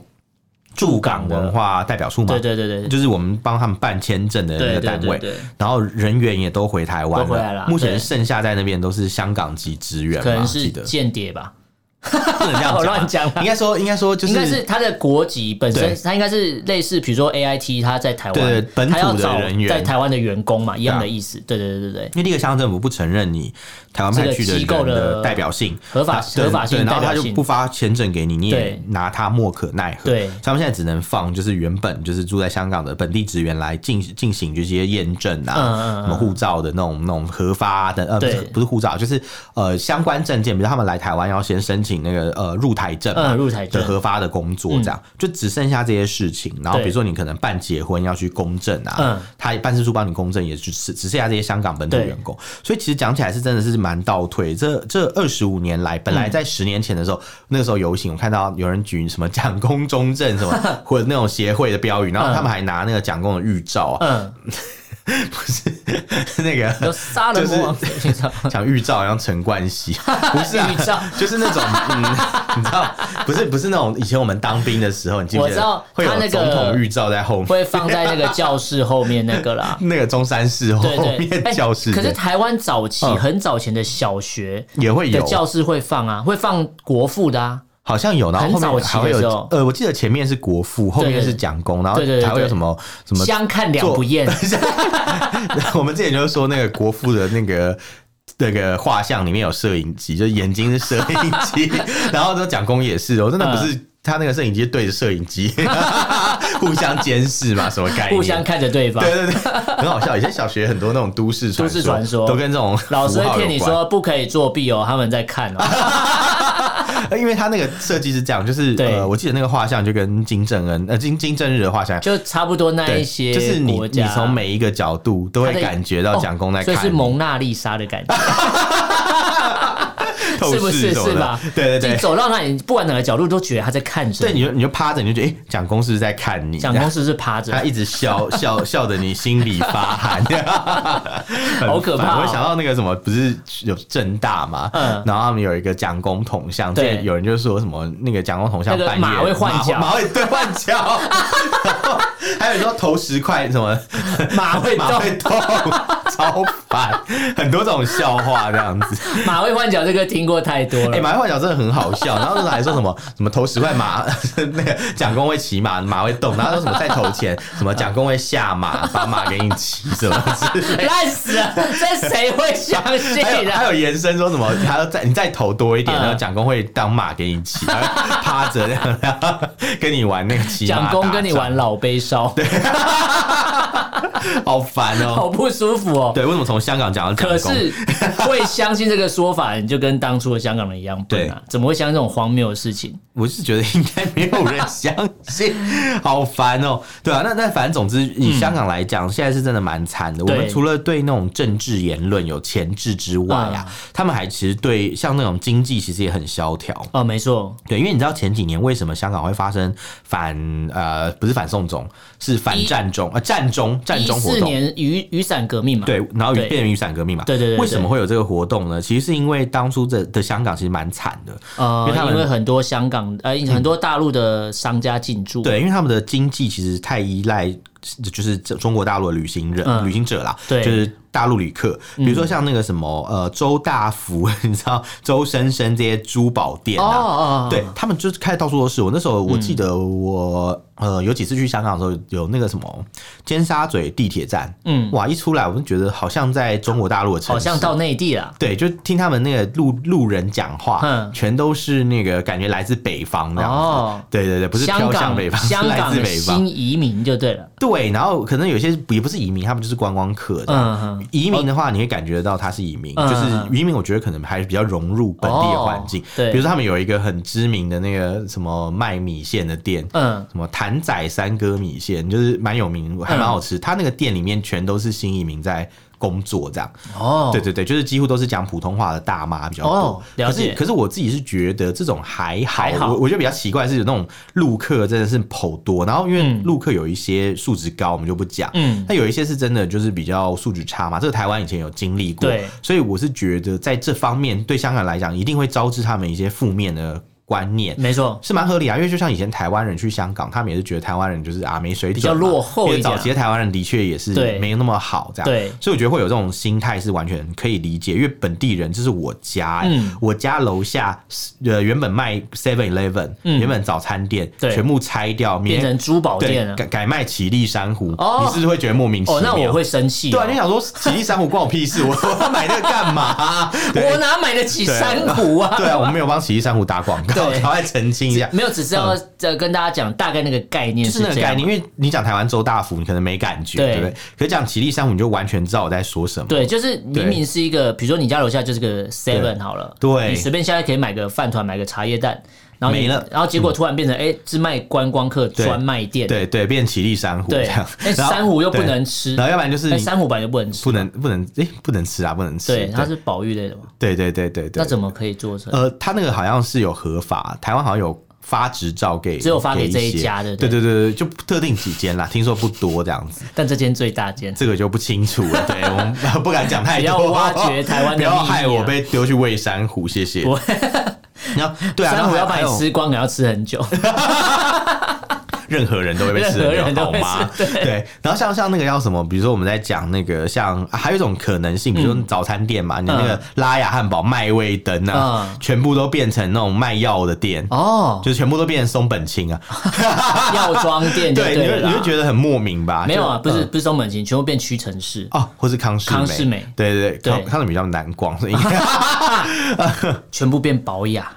[SPEAKER 1] 驻港文化代表处嘛，
[SPEAKER 2] 对对对对，
[SPEAKER 1] 就是我们帮他们办签证的那个
[SPEAKER 2] 对对
[SPEAKER 1] 单位
[SPEAKER 2] 对对，
[SPEAKER 1] 然后人员也都回台湾
[SPEAKER 2] 都回来了
[SPEAKER 1] 目前
[SPEAKER 2] 对
[SPEAKER 1] 剩下在那边都是香港籍职员
[SPEAKER 2] 可
[SPEAKER 1] 嘛，
[SPEAKER 2] 能
[SPEAKER 1] 记
[SPEAKER 2] 是 <laughs>
[SPEAKER 1] 得
[SPEAKER 2] 间谍吧，
[SPEAKER 1] 不能这样
[SPEAKER 2] 我
[SPEAKER 1] 讲，
[SPEAKER 2] 乱讲啦
[SPEAKER 1] 应该说应该说就
[SPEAKER 2] 应该
[SPEAKER 1] 是
[SPEAKER 2] 是他的国籍本身
[SPEAKER 1] 对，
[SPEAKER 2] 他应该是类似，比如说 A I T，他在台湾，
[SPEAKER 1] 对对本土的
[SPEAKER 2] 他要找
[SPEAKER 1] 人员
[SPEAKER 2] 在台湾的员工嘛，一样的
[SPEAKER 1] 对
[SPEAKER 2] 意思。对对对对对，
[SPEAKER 1] 因为第一个香港政府不承认你台湾派去
[SPEAKER 2] 这个
[SPEAKER 1] 的
[SPEAKER 2] 机构
[SPEAKER 1] 人的
[SPEAKER 2] 的
[SPEAKER 1] 代表性、
[SPEAKER 2] 合法
[SPEAKER 1] 啊对
[SPEAKER 2] 合法性
[SPEAKER 1] 对然后
[SPEAKER 2] 代
[SPEAKER 1] 他
[SPEAKER 2] 表
[SPEAKER 1] 就
[SPEAKER 2] 性
[SPEAKER 1] 不发签证给你，你也
[SPEAKER 2] 对
[SPEAKER 1] 拿他莫可奈何。
[SPEAKER 2] 对
[SPEAKER 1] 所以他们现在只能放就是原本就是住在香港的本地职员来进进行这些验证啊，
[SPEAKER 2] 嗯嗯嗯
[SPEAKER 1] 什么护照的那种那种核发的呃，不
[SPEAKER 2] 对
[SPEAKER 1] 是不是护照，就是呃相关证件，比如他们来台湾要先申请那个呃入台证嘛
[SPEAKER 2] 嗯，入台
[SPEAKER 1] 的
[SPEAKER 2] 证，
[SPEAKER 1] 核发的工作，这样、就只剩下这些事情。然后比如说你可能办结婚要去公证啊，
[SPEAKER 2] 嗯
[SPEAKER 1] 他办事处帮你公证，也只是只剩下这些香港本土
[SPEAKER 2] 对
[SPEAKER 1] 员工。所以其实讲起来是真的是蛮倒退。这这二十五年来，本
[SPEAKER 2] 嗯
[SPEAKER 1] 来在十年前的时候，那个时候游行，我看到有人举什么蒋公中正什
[SPEAKER 2] <laughs>
[SPEAKER 1] 么或者那种协会的标语，然后他们还拿那个蒋公的玉照啊，
[SPEAKER 2] 嗯，
[SPEAKER 1] <laughs> 那个
[SPEAKER 2] 都杀人魔王，
[SPEAKER 1] <laughs> 讲预兆，然后陈冠
[SPEAKER 2] <laughs>
[SPEAKER 1] 希不是啊
[SPEAKER 2] 预兆
[SPEAKER 1] 就是
[SPEAKER 2] <laughs>
[SPEAKER 1] 那种嗯，你知道，不是不是那种以前我们当兵的时候，你记不记得
[SPEAKER 2] 我知道
[SPEAKER 1] 会
[SPEAKER 2] 他
[SPEAKER 1] 有
[SPEAKER 2] 那个
[SPEAKER 1] 总统预兆在后面，。
[SPEAKER 2] 会放在那个教室后面那个啦
[SPEAKER 1] <laughs> 那个中山市后
[SPEAKER 2] 对对，
[SPEAKER 1] 面教室
[SPEAKER 2] 哎
[SPEAKER 1] 的，
[SPEAKER 2] 可是台湾早期
[SPEAKER 1] 嗯
[SPEAKER 2] 很早前的小学
[SPEAKER 1] 也会
[SPEAKER 2] 的
[SPEAKER 1] 有，
[SPEAKER 2] 教室会放啊，会放国父的啊，
[SPEAKER 1] 好像有，然后
[SPEAKER 2] 很
[SPEAKER 1] 后
[SPEAKER 2] 早
[SPEAKER 1] 面
[SPEAKER 2] 期
[SPEAKER 1] 还会
[SPEAKER 2] 的时
[SPEAKER 1] 有
[SPEAKER 2] 候，
[SPEAKER 1] 呃，我记得前面是国父，后面
[SPEAKER 2] 对
[SPEAKER 1] 是蒋公，然后
[SPEAKER 2] 对对对
[SPEAKER 1] 还会有什么什么，
[SPEAKER 2] 相看两不厌。
[SPEAKER 1] <laughs> 我们之前就是说那个国父的那个。那个 <laughs>
[SPEAKER 2] 嗯
[SPEAKER 1] 画像里面有摄影机，就是眼睛是摄影机，然后呢，蒋公也是，我真的不是他那个摄影机对着摄影机 <laughs> 互相监视嘛，什么概念？
[SPEAKER 2] 互相看着对方。
[SPEAKER 1] 对对对，很好笑。以前小学很多那种都市传
[SPEAKER 2] 都市传说
[SPEAKER 1] 都跟这种
[SPEAKER 2] 老
[SPEAKER 1] 符
[SPEAKER 2] 师
[SPEAKER 1] 号
[SPEAKER 2] 会骗你
[SPEAKER 1] 有关
[SPEAKER 2] 说不可以作弊哦，他们在看哦。
[SPEAKER 1] 呃，因为他那个设计是这样，就是
[SPEAKER 2] 对
[SPEAKER 1] 呃，我记得那个画像就跟金正恩呃金金正日的画像，
[SPEAKER 2] 就差不多那
[SPEAKER 1] 对，
[SPEAKER 2] 一些
[SPEAKER 1] 就是你
[SPEAKER 2] 国
[SPEAKER 1] 你
[SPEAKER 2] 家，
[SPEAKER 1] 从每一个角度都
[SPEAKER 2] 他
[SPEAKER 1] 会
[SPEAKER 2] 的
[SPEAKER 1] 感觉到
[SPEAKER 2] 哦
[SPEAKER 1] 蒋公在
[SPEAKER 2] 所
[SPEAKER 1] 看
[SPEAKER 2] 以
[SPEAKER 1] 你，
[SPEAKER 2] 是蒙娜丽莎的感觉，
[SPEAKER 1] 透
[SPEAKER 2] 是不
[SPEAKER 1] 视
[SPEAKER 2] 是？
[SPEAKER 1] 什么
[SPEAKER 2] 是
[SPEAKER 1] 的
[SPEAKER 2] 吧？，
[SPEAKER 1] 对对对
[SPEAKER 2] 你。走到那里，不管哪个角度都觉得他在看着
[SPEAKER 1] 对，
[SPEAKER 2] 你。
[SPEAKER 1] 你就你就趴着，你就觉得，哎、蒋公是不是在看你？
[SPEAKER 2] 蒋公是不是趴着
[SPEAKER 1] <laughs> 他？一直笑笑笑的，你心里发
[SPEAKER 2] <laughs>
[SPEAKER 1] 寒，很
[SPEAKER 2] 好可怕
[SPEAKER 1] 烦
[SPEAKER 2] 哦
[SPEAKER 1] 我想到那个什么，不是有正大嘛，
[SPEAKER 2] 嗯
[SPEAKER 1] 然后他们有一个蒋公铜像，
[SPEAKER 2] 对
[SPEAKER 1] 对，有人就说什么那个蒋公铜像
[SPEAKER 2] 那个
[SPEAKER 1] 半夜
[SPEAKER 2] 马会换
[SPEAKER 1] 马
[SPEAKER 2] 脚
[SPEAKER 1] 马会对换脚，然后 <laughs> 还有说投十块
[SPEAKER 2] <laughs>
[SPEAKER 1] 什么
[SPEAKER 2] 马会
[SPEAKER 1] 马
[SPEAKER 2] 动，
[SPEAKER 1] 会动，超烦，很多这种笑话这样子。
[SPEAKER 2] 马会换脚，这个听过太多
[SPEAKER 1] 哎、
[SPEAKER 2] 了。
[SPEAKER 1] 马会换脚真的很好笑，然后那时候还说什么 <laughs> 什么投十块马， <laughs> 那个蒋公会骑马，马会动，然后说什么再投钱，什么蒋公会下马，把马给你骑，什么之类的。
[SPEAKER 2] 烂死了，这谁会相信
[SPEAKER 1] 还有还
[SPEAKER 2] 啊？
[SPEAKER 1] 有延伸说什么，还要再你再投多一点，
[SPEAKER 2] 嗯
[SPEAKER 1] 然后蒋公会当马给你
[SPEAKER 2] <laughs>
[SPEAKER 1] 骑，然后趴着这样，然后跟你玩那个骑马打
[SPEAKER 2] 蒋
[SPEAKER 1] 仗。
[SPEAKER 2] 公跟你玩老杯烧，
[SPEAKER 1] 好烦哦、
[SPEAKER 2] 好不舒服哦。
[SPEAKER 1] 对，为什么从香港讲到蒋
[SPEAKER 2] 可
[SPEAKER 1] 公？
[SPEAKER 2] 是会相信这个说法，你就跟当初的香港人一样笨啊！怎么会相信这种荒谬的事情？
[SPEAKER 1] 我是觉得应该没有人相信，好烦哦、对啊，那那反正总之，以香港来讲，现在是真的蛮惨的。我
[SPEAKER 2] 对
[SPEAKER 1] 们除了对那种政治言论有钳制之外
[SPEAKER 2] 嗯
[SPEAKER 1] 啊，他们还其实对像那种经济其实也很萧条。
[SPEAKER 2] 哦，没错，
[SPEAKER 1] 对，因为你知道前几年为什么香港会发生反呃不是反送中，是反战中呃战中战
[SPEAKER 2] 一
[SPEAKER 1] 中活
[SPEAKER 2] 四
[SPEAKER 1] 动。
[SPEAKER 2] 年雨雨伞革命嘛，
[SPEAKER 1] 对，然后
[SPEAKER 2] 对
[SPEAKER 1] 变成雨伞革命嘛。
[SPEAKER 2] 对对对对
[SPEAKER 1] 为什么会有这个活动呢？其实是因为当初的的香港其实蛮惨的，
[SPEAKER 2] 呃
[SPEAKER 1] 因为他，们嗯
[SPEAKER 2] 因为很多香港呃很多大陆的商家进驻，啊
[SPEAKER 1] 对，因为他们的经济其实太依赖，就是中国大陆的旅行人、
[SPEAKER 2] 嗯
[SPEAKER 1] 旅行者啦，
[SPEAKER 2] 对嗯
[SPEAKER 1] 就是大陆旅客，比如说像那个什么、呃周大福， <laughs> 你知道周生生这些珠宝店
[SPEAKER 2] 哦嗯
[SPEAKER 1] 啊。
[SPEAKER 2] 哦，哦
[SPEAKER 1] 对，他们就是开得到处都是。我那时候我记得我、呃有几次去香港的时候，有那个什么尖沙咀地铁站，嗯，哇，一出来我就觉得好像在中国大陆的城市，
[SPEAKER 2] 好像到内地啦。
[SPEAKER 1] 对，就听他们那个路路人讲话，
[SPEAKER 2] 嗯
[SPEAKER 1] 全都是那个感觉来自北方那样子。
[SPEAKER 2] 哦
[SPEAKER 1] 对对对，不是
[SPEAKER 2] 香
[SPEAKER 1] 飘向
[SPEAKER 2] 港
[SPEAKER 1] 北方，是 <laughs>
[SPEAKER 2] 香
[SPEAKER 1] 来
[SPEAKER 2] 港
[SPEAKER 1] 自
[SPEAKER 2] 的
[SPEAKER 1] 北方。
[SPEAKER 2] 新移民就对了，
[SPEAKER 1] 对，然后可能有些也不是移民，他们就是观光客的。
[SPEAKER 2] 嗯嗯
[SPEAKER 1] 移民的话，你会感觉到他是移民，
[SPEAKER 2] 嗯
[SPEAKER 1] 就是移民，我觉得可能还是比较融入本地的环境。
[SPEAKER 2] 哦对
[SPEAKER 1] 比如说他们有一个很知名的那个什么卖米线的店，
[SPEAKER 2] 嗯，
[SPEAKER 1] 什么谭仔三哥米线，就是蛮有名，还蛮好吃。他那个店里面全都是新移民在工作这样。
[SPEAKER 2] 哦，
[SPEAKER 1] 对对对，就是几乎都是讲普通话的大妈比较多。
[SPEAKER 2] 哦了解
[SPEAKER 1] 可是可是我自己是觉得这种还好，
[SPEAKER 2] 还好
[SPEAKER 1] 我我觉得比较奇怪是有那种陆客真的是颇多，然后因为陆客有一些素质高，我们就不讲。
[SPEAKER 2] 嗯
[SPEAKER 1] 那有一些是真的就是比较素质差嘛，这个台湾以前有经历过
[SPEAKER 2] 对，
[SPEAKER 1] 所以我是觉得在这方面对香港来讲，一定会招致他们一些负面的观念。
[SPEAKER 2] 没错，
[SPEAKER 1] 是蛮合理啊，因为就像以前台湾人去香港，他们也是觉得台湾人就是啊没水准嘛，
[SPEAKER 2] 比较落后
[SPEAKER 1] 因为
[SPEAKER 2] 一点
[SPEAKER 1] 早期的台湾人的确也是
[SPEAKER 2] 对
[SPEAKER 1] 没有那么好，这样
[SPEAKER 2] 对
[SPEAKER 1] 所以我觉得会有这种心态是完全可以理解，因为本地人这是我家、欸
[SPEAKER 2] 嗯
[SPEAKER 1] 我家楼下呃原本卖 Seven Eleven，、原本早餐店
[SPEAKER 2] 嗯对
[SPEAKER 1] 全部拆掉，明
[SPEAKER 2] 变
[SPEAKER 1] 天
[SPEAKER 2] 成珠宝
[SPEAKER 1] 对
[SPEAKER 2] 店了。
[SPEAKER 1] 改改卖奇力珊瑚，
[SPEAKER 2] 哦
[SPEAKER 1] 你是不是会觉得莫名其妙？
[SPEAKER 2] 哦，那我会生气
[SPEAKER 1] 对
[SPEAKER 2] 哦。
[SPEAKER 1] 啊，你想说奇力珊瑚关我屁事，我 <laughs> 我要买那个干嘛、对
[SPEAKER 2] 我哪买得起珊瑚啊？
[SPEAKER 1] 对啊，我没有帮奇力珊瑚打广告，
[SPEAKER 2] 对
[SPEAKER 1] 赶快澄清一下。
[SPEAKER 2] <laughs> 没有，只是要呃跟大家讲大概那个概念
[SPEAKER 1] 嗯就是那
[SPEAKER 2] 这
[SPEAKER 1] 个
[SPEAKER 2] 样啊
[SPEAKER 1] 概念，因为你讲台湾周大福，你可能没感觉，
[SPEAKER 2] 对
[SPEAKER 1] 对不对？可是讲吉利珊瑚，你就完全知道我在说什么。
[SPEAKER 2] 对，就是明
[SPEAKER 1] 哦对
[SPEAKER 2] 明是一个，比如说你家楼下就是个 Seven 好了，
[SPEAKER 1] 对
[SPEAKER 2] 你随便下来可以买个饭团，买个茶叶蛋，然后你
[SPEAKER 1] 没了
[SPEAKER 2] 然后结果突然变成哎、诶是卖观光客专卖店，
[SPEAKER 1] 对对，变吉利珊瑚这
[SPEAKER 2] 对，
[SPEAKER 1] 样。
[SPEAKER 2] 哎
[SPEAKER 1] <laughs> 然后
[SPEAKER 2] 珊瑚又不能吃，
[SPEAKER 1] 然后要不然就是
[SPEAKER 2] 哎
[SPEAKER 1] 你
[SPEAKER 2] 珊瑚本来就不能吃，
[SPEAKER 1] 不能不能哎不能吃啊，不能吃。
[SPEAKER 2] 对，它是保育类的嘛，
[SPEAKER 1] 对对对对对
[SPEAKER 2] 那
[SPEAKER 1] 对。
[SPEAKER 2] 怎么可以做成？
[SPEAKER 1] 呃，他那个好像是有合法，台湾好像有发执照给，
[SPEAKER 2] 只有发给这一
[SPEAKER 1] 些
[SPEAKER 2] 家对不
[SPEAKER 1] 对
[SPEAKER 2] 对
[SPEAKER 1] 对对对，就特定几间啦，听说不多这样子。
[SPEAKER 2] 但这间最大间，
[SPEAKER 1] 这个就不清楚了，对我们 <laughs> 不敢讲太多。
[SPEAKER 2] 不要挖掘台湾的
[SPEAKER 1] <laughs> 不要
[SPEAKER 2] 秘密啊
[SPEAKER 1] 害我被丢去喂珊瑚，谢谢。然后对啊，
[SPEAKER 2] 珊
[SPEAKER 1] 然后
[SPEAKER 2] 瑚
[SPEAKER 1] 还
[SPEAKER 2] 要把
[SPEAKER 1] 还有
[SPEAKER 2] 你吃光，也要吃很
[SPEAKER 1] <laughs>
[SPEAKER 2] 久，
[SPEAKER 1] 任何人都会被吃
[SPEAKER 2] 任何
[SPEAKER 1] 掉，
[SPEAKER 2] 人都
[SPEAKER 1] 好
[SPEAKER 2] 会
[SPEAKER 1] 吗？
[SPEAKER 2] 吃
[SPEAKER 1] 对。然后像像那个叫什么，比如说我们在讲那个像、啊还有一种可能
[SPEAKER 2] 嗯
[SPEAKER 1] 性，比如说早餐店嘛，你那个拉雅汉堡、麦味登啊，
[SPEAKER 2] 嗯
[SPEAKER 1] 全部都变成那种卖药的店，
[SPEAKER 2] 哦，
[SPEAKER 1] 就全部都变成松本清啊。
[SPEAKER 2] <laughs> 药妆
[SPEAKER 1] <laughs>
[SPEAKER 2] 店就
[SPEAKER 1] 对，你
[SPEAKER 2] 对
[SPEAKER 1] 会
[SPEAKER 2] 了
[SPEAKER 1] 你会
[SPEAKER 2] 啦。
[SPEAKER 1] 觉得很莫名吧？
[SPEAKER 2] 没有啊，
[SPEAKER 1] 就
[SPEAKER 2] 不是
[SPEAKER 1] 嗯
[SPEAKER 2] 不是松本清，全部变屈臣氏，
[SPEAKER 1] 哦，或是康世
[SPEAKER 2] 康世美
[SPEAKER 1] 对对对，
[SPEAKER 2] 对 <laughs>
[SPEAKER 1] 康康世美比较难逛，所以
[SPEAKER 2] 全部变保雅。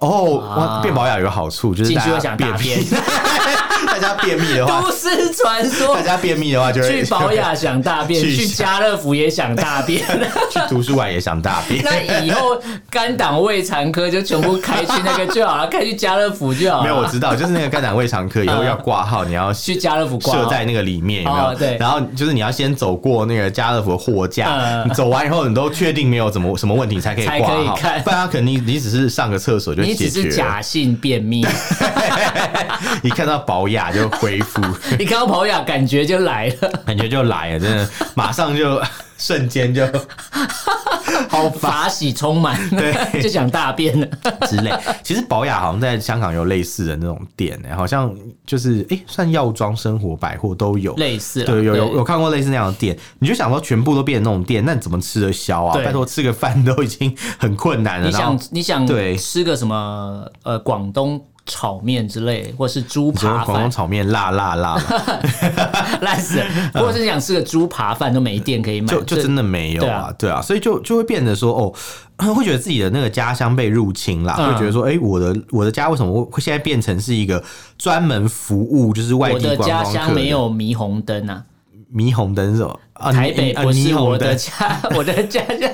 [SPEAKER 1] 哦，
[SPEAKER 2] 啊
[SPEAKER 1] 哇变保养有个好处，就是
[SPEAKER 2] 进
[SPEAKER 1] 大
[SPEAKER 2] 去会
[SPEAKER 1] 家
[SPEAKER 2] 想大
[SPEAKER 1] 便秘， <laughs> 大家便秘的话，
[SPEAKER 2] <laughs> 都市传说
[SPEAKER 1] 大。家便秘的话就会
[SPEAKER 2] 去保养想大便，
[SPEAKER 1] 去
[SPEAKER 2] 去家乐福也想大便，
[SPEAKER 1] <laughs> 去图书啊馆也想大
[SPEAKER 2] <laughs>
[SPEAKER 1] 便。
[SPEAKER 2] 那以后肝胆胃肠科就全部开去那个就好了，开去家乐福就好了。
[SPEAKER 1] 没有，我知道，就是那个肝胆胃肠
[SPEAKER 2] <laughs>
[SPEAKER 1] 科以后
[SPEAKER 2] 嗯
[SPEAKER 1] 要挂号，你要
[SPEAKER 2] 去家乐福挂
[SPEAKER 1] 设
[SPEAKER 2] 号
[SPEAKER 1] 在那个里面有没有？
[SPEAKER 2] 哦对
[SPEAKER 1] 然后就是你要先走过那个家乐福的货架，
[SPEAKER 2] 嗯
[SPEAKER 1] 你走完以后你都确定没有怎么什么问题，你才可以
[SPEAKER 2] 才
[SPEAKER 1] 挂
[SPEAKER 2] 可以
[SPEAKER 1] 号。
[SPEAKER 2] 看
[SPEAKER 1] 不然他可能你你只是上个厕所就
[SPEAKER 2] 你
[SPEAKER 1] 解
[SPEAKER 2] 只
[SPEAKER 1] 决
[SPEAKER 2] 是
[SPEAKER 1] 了，
[SPEAKER 2] 假性便秘，
[SPEAKER 1] <laughs>
[SPEAKER 2] <laughs>
[SPEAKER 1] 一看到保雅就恢
[SPEAKER 2] <laughs>
[SPEAKER 1] 复，
[SPEAKER 2] 你看到保养感觉就来了，
[SPEAKER 1] 感觉就来了，真的马上就 <laughs> 瞬间就 <laughs> 好烦
[SPEAKER 2] 法喜充满，
[SPEAKER 1] <laughs> 对
[SPEAKER 2] <laughs> 就想大便了。
[SPEAKER 1] 之类。其实宝雅好像在香港有类似的那种店、欸，好像就是诶、算药妆、生活、百货都有。
[SPEAKER 2] 类似啦
[SPEAKER 1] 对，有有
[SPEAKER 2] 对
[SPEAKER 1] 有看过类似那样的店，你就想说全部都变成那种店，那你怎么吃得消啊？
[SPEAKER 2] 对
[SPEAKER 1] 拜托，吃个饭都已经很困难了。
[SPEAKER 2] 你
[SPEAKER 1] 然后
[SPEAKER 2] 想你想
[SPEAKER 1] 对
[SPEAKER 2] 吃个什么呃广东炒面之类，或是猪
[SPEAKER 1] 你说
[SPEAKER 2] 扒
[SPEAKER 1] 广东
[SPEAKER 2] 饭，
[SPEAKER 1] 炒面辣辣辣嘛，
[SPEAKER 2] <laughs> 烂死了，或者是想吃个猪扒饭都没店可以买，
[SPEAKER 1] 就就
[SPEAKER 2] 这
[SPEAKER 1] 真的没有
[SPEAKER 2] 对
[SPEAKER 1] 啊
[SPEAKER 2] 啊，
[SPEAKER 1] 对啊，所以就就会变得说哦， <clears throat> 会觉得自己的那个家乡被入侵啦，
[SPEAKER 2] 嗯
[SPEAKER 1] 会觉得说，哎、我的我的家为什么会会现在变成是一个专门服务就是外
[SPEAKER 2] 我
[SPEAKER 1] 地
[SPEAKER 2] 的
[SPEAKER 1] 观
[SPEAKER 2] 家
[SPEAKER 1] 光客
[SPEAKER 2] 乡没有霓虹灯啊，
[SPEAKER 1] 霓虹灯是吧？啊
[SPEAKER 2] 台北
[SPEAKER 1] 霓啊
[SPEAKER 2] 不
[SPEAKER 1] 霓
[SPEAKER 2] 是
[SPEAKER 1] 虹
[SPEAKER 2] 我的
[SPEAKER 1] 灯
[SPEAKER 2] 家， <laughs> 我的家乡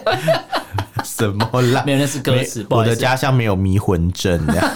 [SPEAKER 2] <laughs>
[SPEAKER 1] 什么啦？
[SPEAKER 2] 没有那是歌词
[SPEAKER 1] 没
[SPEAKER 2] 不好
[SPEAKER 1] 我
[SPEAKER 2] 意思
[SPEAKER 1] 的家乡没有迷魂针。
[SPEAKER 2] <laughs>
[SPEAKER 1] 这样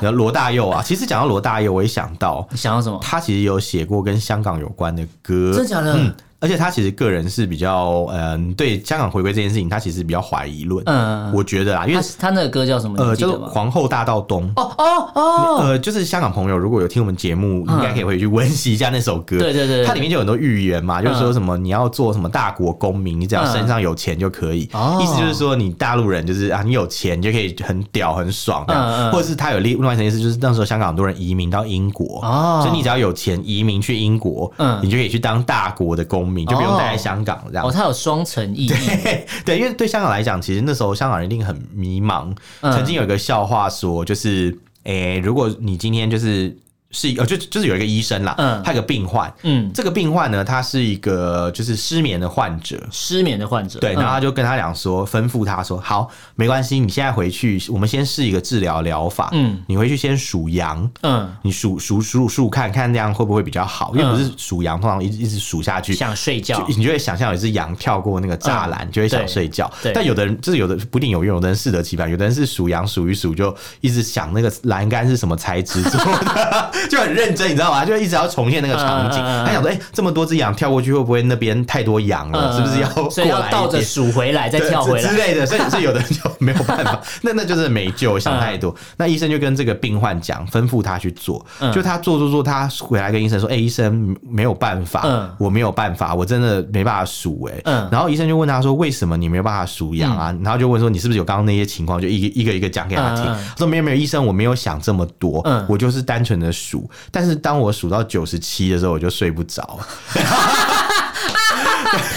[SPEAKER 1] 然后罗大佑啊，其实讲到罗大佑，我也想到
[SPEAKER 2] 你想要什么？
[SPEAKER 1] 他其实有写过跟香港有关的歌，
[SPEAKER 2] 真的假的
[SPEAKER 1] 嗯，而且他其实个人是比较嗯，对香港回归这件事情，他其实比较怀疑论。
[SPEAKER 2] 嗯
[SPEAKER 1] 我觉得啊啦，因
[SPEAKER 2] 他
[SPEAKER 1] 为
[SPEAKER 2] 他那个歌叫什么？
[SPEAKER 1] 呃，
[SPEAKER 2] 你记
[SPEAKER 1] 叫
[SPEAKER 2] 得
[SPEAKER 1] 做《
[SPEAKER 2] 吗？
[SPEAKER 1] 皇后大道东》。
[SPEAKER 2] 哦哦哦，
[SPEAKER 1] 呃，就是香港朋友，如果有听我们节目，
[SPEAKER 2] 嗯
[SPEAKER 1] 应该可以回去温习一下那首歌。
[SPEAKER 2] 对对对对
[SPEAKER 1] 它里面就有很多预言嘛，就是说什么你要做什么大国公民，你只要
[SPEAKER 2] 嗯
[SPEAKER 1] 身上有钱就可以。
[SPEAKER 2] 哦
[SPEAKER 1] 意思就是说你大陆人就是啊，你有钱你就可以很屌很爽这样。
[SPEAKER 2] 嗯嗯
[SPEAKER 1] 或者是他有另另外一层意思，就是那时候香港很多人移民到英国，
[SPEAKER 2] 哦
[SPEAKER 1] 所以你只要有钱移民去英国，
[SPEAKER 2] 嗯
[SPEAKER 1] 你就可以去当大国的公民，就不用待在香港这样
[SPEAKER 2] 哦，。它有双层意义，
[SPEAKER 1] <laughs> 对，因为对香港来讲，其实那时候香港人一定很迷茫。
[SPEAKER 2] 嗯
[SPEAKER 1] 曾经有一个笑话说，就是，诶、如果你今天就是是呃，就就是有一个医生啦，
[SPEAKER 2] 嗯
[SPEAKER 1] 他有个病患，
[SPEAKER 2] 嗯，
[SPEAKER 1] 这个病患呢，他是一个就是失眠的患者。
[SPEAKER 2] 失眠的患者，
[SPEAKER 1] 对，
[SPEAKER 2] 嗯
[SPEAKER 1] 然后他就跟他讲说，吩咐他说，好，没关系，你现在回去，我们先试一个治疗疗法。
[SPEAKER 2] 嗯，
[SPEAKER 1] 你回去先数羊，
[SPEAKER 2] 嗯，
[SPEAKER 1] 你数数数数看看这样会不会比较好？因为
[SPEAKER 2] 嗯
[SPEAKER 1] 不是数羊，通常一直一直数下去，
[SPEAKER 2] 想睡觉
[SPEAKER 1] 就，你就会想象有一只羊跳过那个栅栏，
[SPEAKER 2] 嗯
[SPEAKER 1] 就会想
[SPEAKER 2] 对
[SPEAKER 1] 睡觉。
[SPEAKER 2] 对
[SPEAKER 1] 但有的人就是有的不一定有用，有的人适得其反，有的人是数羊数一数就一直想那个栏杆是什么材质做的， <laughs> 就很认真，你知道吗？就一直要重现那个场景。
[SPEAKER 2] 嗯嗯嗯
[SPEAKER 1] 他想说，哎、这么多只羊跳过去，会不会那边太多羊了？
[SPEAKER 2] 嗯
[SPEAKER 1] 是不是要过
[SPEAKER 2] 所以
[SPEAKER 1] 来
[SPEAKER 2] 要
[SPEAKER 1] 一
[SPEAKER 2] 倒着
[SPEAKER 1] 点
[SPEAKER 2] 数回来再
[SPEAKER 1] 对
[SPEAKER 2] 跳
[SPEAKER 1] 之
[SPEAKER 2] 回来
[SPEAKER 1] 之？类的，所以所以有的
[SPEAKER 2] <laughs>
[SPEAKER 1] 人就没有办法，那那就是没救，想太多。那医生就跟这个病患讲，吩咐他去做，
[SPEAKER 2] 嗯
[SPEAKER 1] 就他做做做，他回来跟医生说：“哎、医生没有办法，
[SPEAKER 2] 嗯
[SPEAKER 1] 我没有办法，我真的没办法数。”哎，
[SPEAKER 2] 嗯
[SPEAKER 1] 然后医生就问他说：“为什么你没有办法数羊啊？”然后就问说：“你是不是有刚刚那些情况？”就一个一个一个讲给他听。
[SPEAKER 2] 嗯嗯
[SPEAKER 1] 他说：“没有没有，医生，我没有想这么多，
[SPEAKER 2] 嗯
[SPEAKER 1] 我就是单纯的数。但是当我数到九十七的时候，我就睡不着。”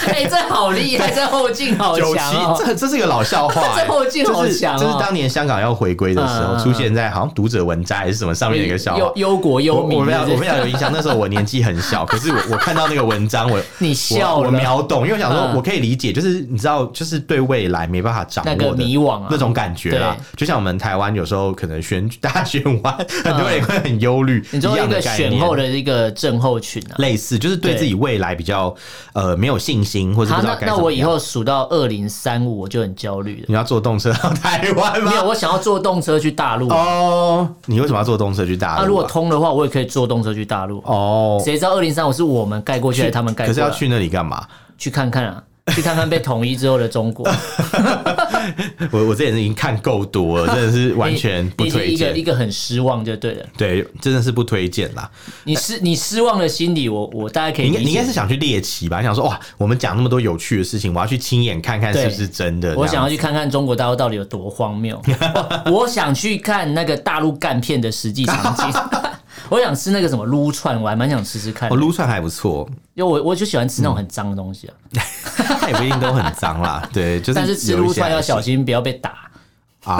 [SPEAKER 2] 哎，这好厉害，这后劲好
[SPEAKER 1] 九
[SPEAKER 2] 强
[SPEAKER 1] 七，
[SPEAKER 2] 哦！
[SPEAKER 1] 这这是一个老笑
[SPEAKER 2] <laughs>
[SPEAKER 1] 话、欸，
[SPEAKER 2] 这后劲好强哦
[SPEAKER 1] 就是。这是当年香港要回归的时候，
[SPEAKER 2] 嗯嗯嗯
[SPEAKER 1] 出现在好像读者文摘还是什么上面的一个笑话
[SPEAKER 2] 忧。忧国
[SPEAKER 1] 我
[SPEAKER 2] 忧民，
[SPEAKER 1] 我们俩我
[SPEAKER 2] 对不
[SPEAKER 1] 们
[SPEAKER 2] 对
[SPEAKER 1] 俩
[SPEAKER 2] <laughs>
[SPEAKER 1] 有印象，那时候我年纪很小，可是我我看到那个文章，我
[SPEAKER 2] 你笑
[SPEAKER 1] 我
[SPEAKER 2] 了
[SPEAKER 1] 我秒懂，因为我想说
[SPEAKER 2] 嗯
[SPEAKER 1] 我可以理解，就是你知道，就是对未来没办法掌握
[SPEAKER 2] 那
[SPEAKER 1] 的
[SPEAKER 2] 个迷惘啊
[SPEAKER 1] 那种感觉啦。就像我们台湾有时候可能选举，大家选完，很多人会很忧虑，
[SPEAKER 2] <laughs> 你知道
[SPEAKER 1] 一样
[SPEAKER 2] 一个
[SPEAKER 1] 概念
[SPEAKER 2] 选后的一个症候群啊。
[SPEAKER 1] 类似，就是对
[SPEAKER 2] 对
[SPEAKER 1] 自己未来比较呃没有信心，或者
[SPEAKER 2] 好，
[SPEAKER 1] 不知
[SPEAKER 2] 那
[SPEAKER 1] 道该
[SPEAKER 2] 那
[SPEAKER 1] 怎
[SPEAKER 2] 我
[SPEAKER 1] 么
[SPEAKER 2] 以
[SPEAKER 1] 样。
[SPEAKER 2] 后数到二零三五，我就很焦虑了。
[SPEAKER 1] 你要坐动车到台湾吗
[SPEAKER 2] 没？有，我想要坐动车去大陆。
[SPEAKER 1] 哦，你为什么要坐动车去大陆、
[SPEAKER 2] 啊那如果通的话，我也可以坐动车去大陆。
[SPEAKER 1] 哦，
[SPEAKER 2] 谁知道二零三五是我们盖过去，还是他们盖
[SPEAKER 1] 可
[SPEAKER 2] 过
[SPEAKER 1] 是要
[SPEAKER 2] 来？
[SPEAKER 1] 去那里干嘛？
[SPEAKER 2] 去看看啊，去看看被统一之后的中
[SPEAKER 1] <laughs>
[SPEAKER 2] 国。
[SPEAKER 1] 我我之前已经看够多
[SPEAKER 2] <laughs>
[SPEAKER 1] 了，真的是完全不
[SPEAKER 2] 你你
[SPEAKER 1] 推
[SPEAKER 2] 一个一
[SPEAKER 1] 荐。
[SPEAKER 2] 个很失望就对了。
[SPEAKER 1] 对，真的是不推荐啦。
[SPEAKER 2] 你失你失望的心理，我我大概可
[SPEAKER 1] 你
[SPEAKER 2] 以
[SPEAKER 1] 应该
[SPEAKER 2] 理
[SPEAKER 1] 你应该
[SPEAKER 2] 解
[SPEAKER 1] 是。想去猎奇吧？想说哇，我们讲那么多有趣的事情，我要去亲眼看看是
[SPEAKER 2] 对
[SPEAKER 1] 不是真的。
[SPEAKER 2] 我
[SPEAKER 1] 这
[SPEAKER 2] 想
[SPEAKER 1] 样
[SPEAKER 2] 要去看看中国大陆到底有多
[SPEAKER 1] <laughs>
[SPEAKER 2] 荒谬，我我想去看那个大陆干片的实际场
[SPEAKER 1] <laughs>
[SPEAKER 2] 景。我想吃那个什么撸串，我还蛮想吃吃看
[SPEAKER 1] 哦，
[SPEAKER 2] 的，
[SPEAKER 1] 撸串还不
[SPEAKER 2] <laughs>
[SPEAKER 1] 错，
[SPEAKER 2] 因为我我就喜欢吃那种很脏的东西啊。
[SPEAKER 1] 它嗯也不一定都很脏啦。对，就是
[SPEAKER 2] 但是吃
[SPEAKER 1] 有一
[SPEAKER 2] 撸
[SPEAKER 1] 些
[SPEAKER 2] 串
[SPEAKER 1] 还
[SPEAKER 2] 要小
[SPEAKER 1] 行
[SPEAKER 2] 心，不要被打。
[SPEAKER 1] 啊。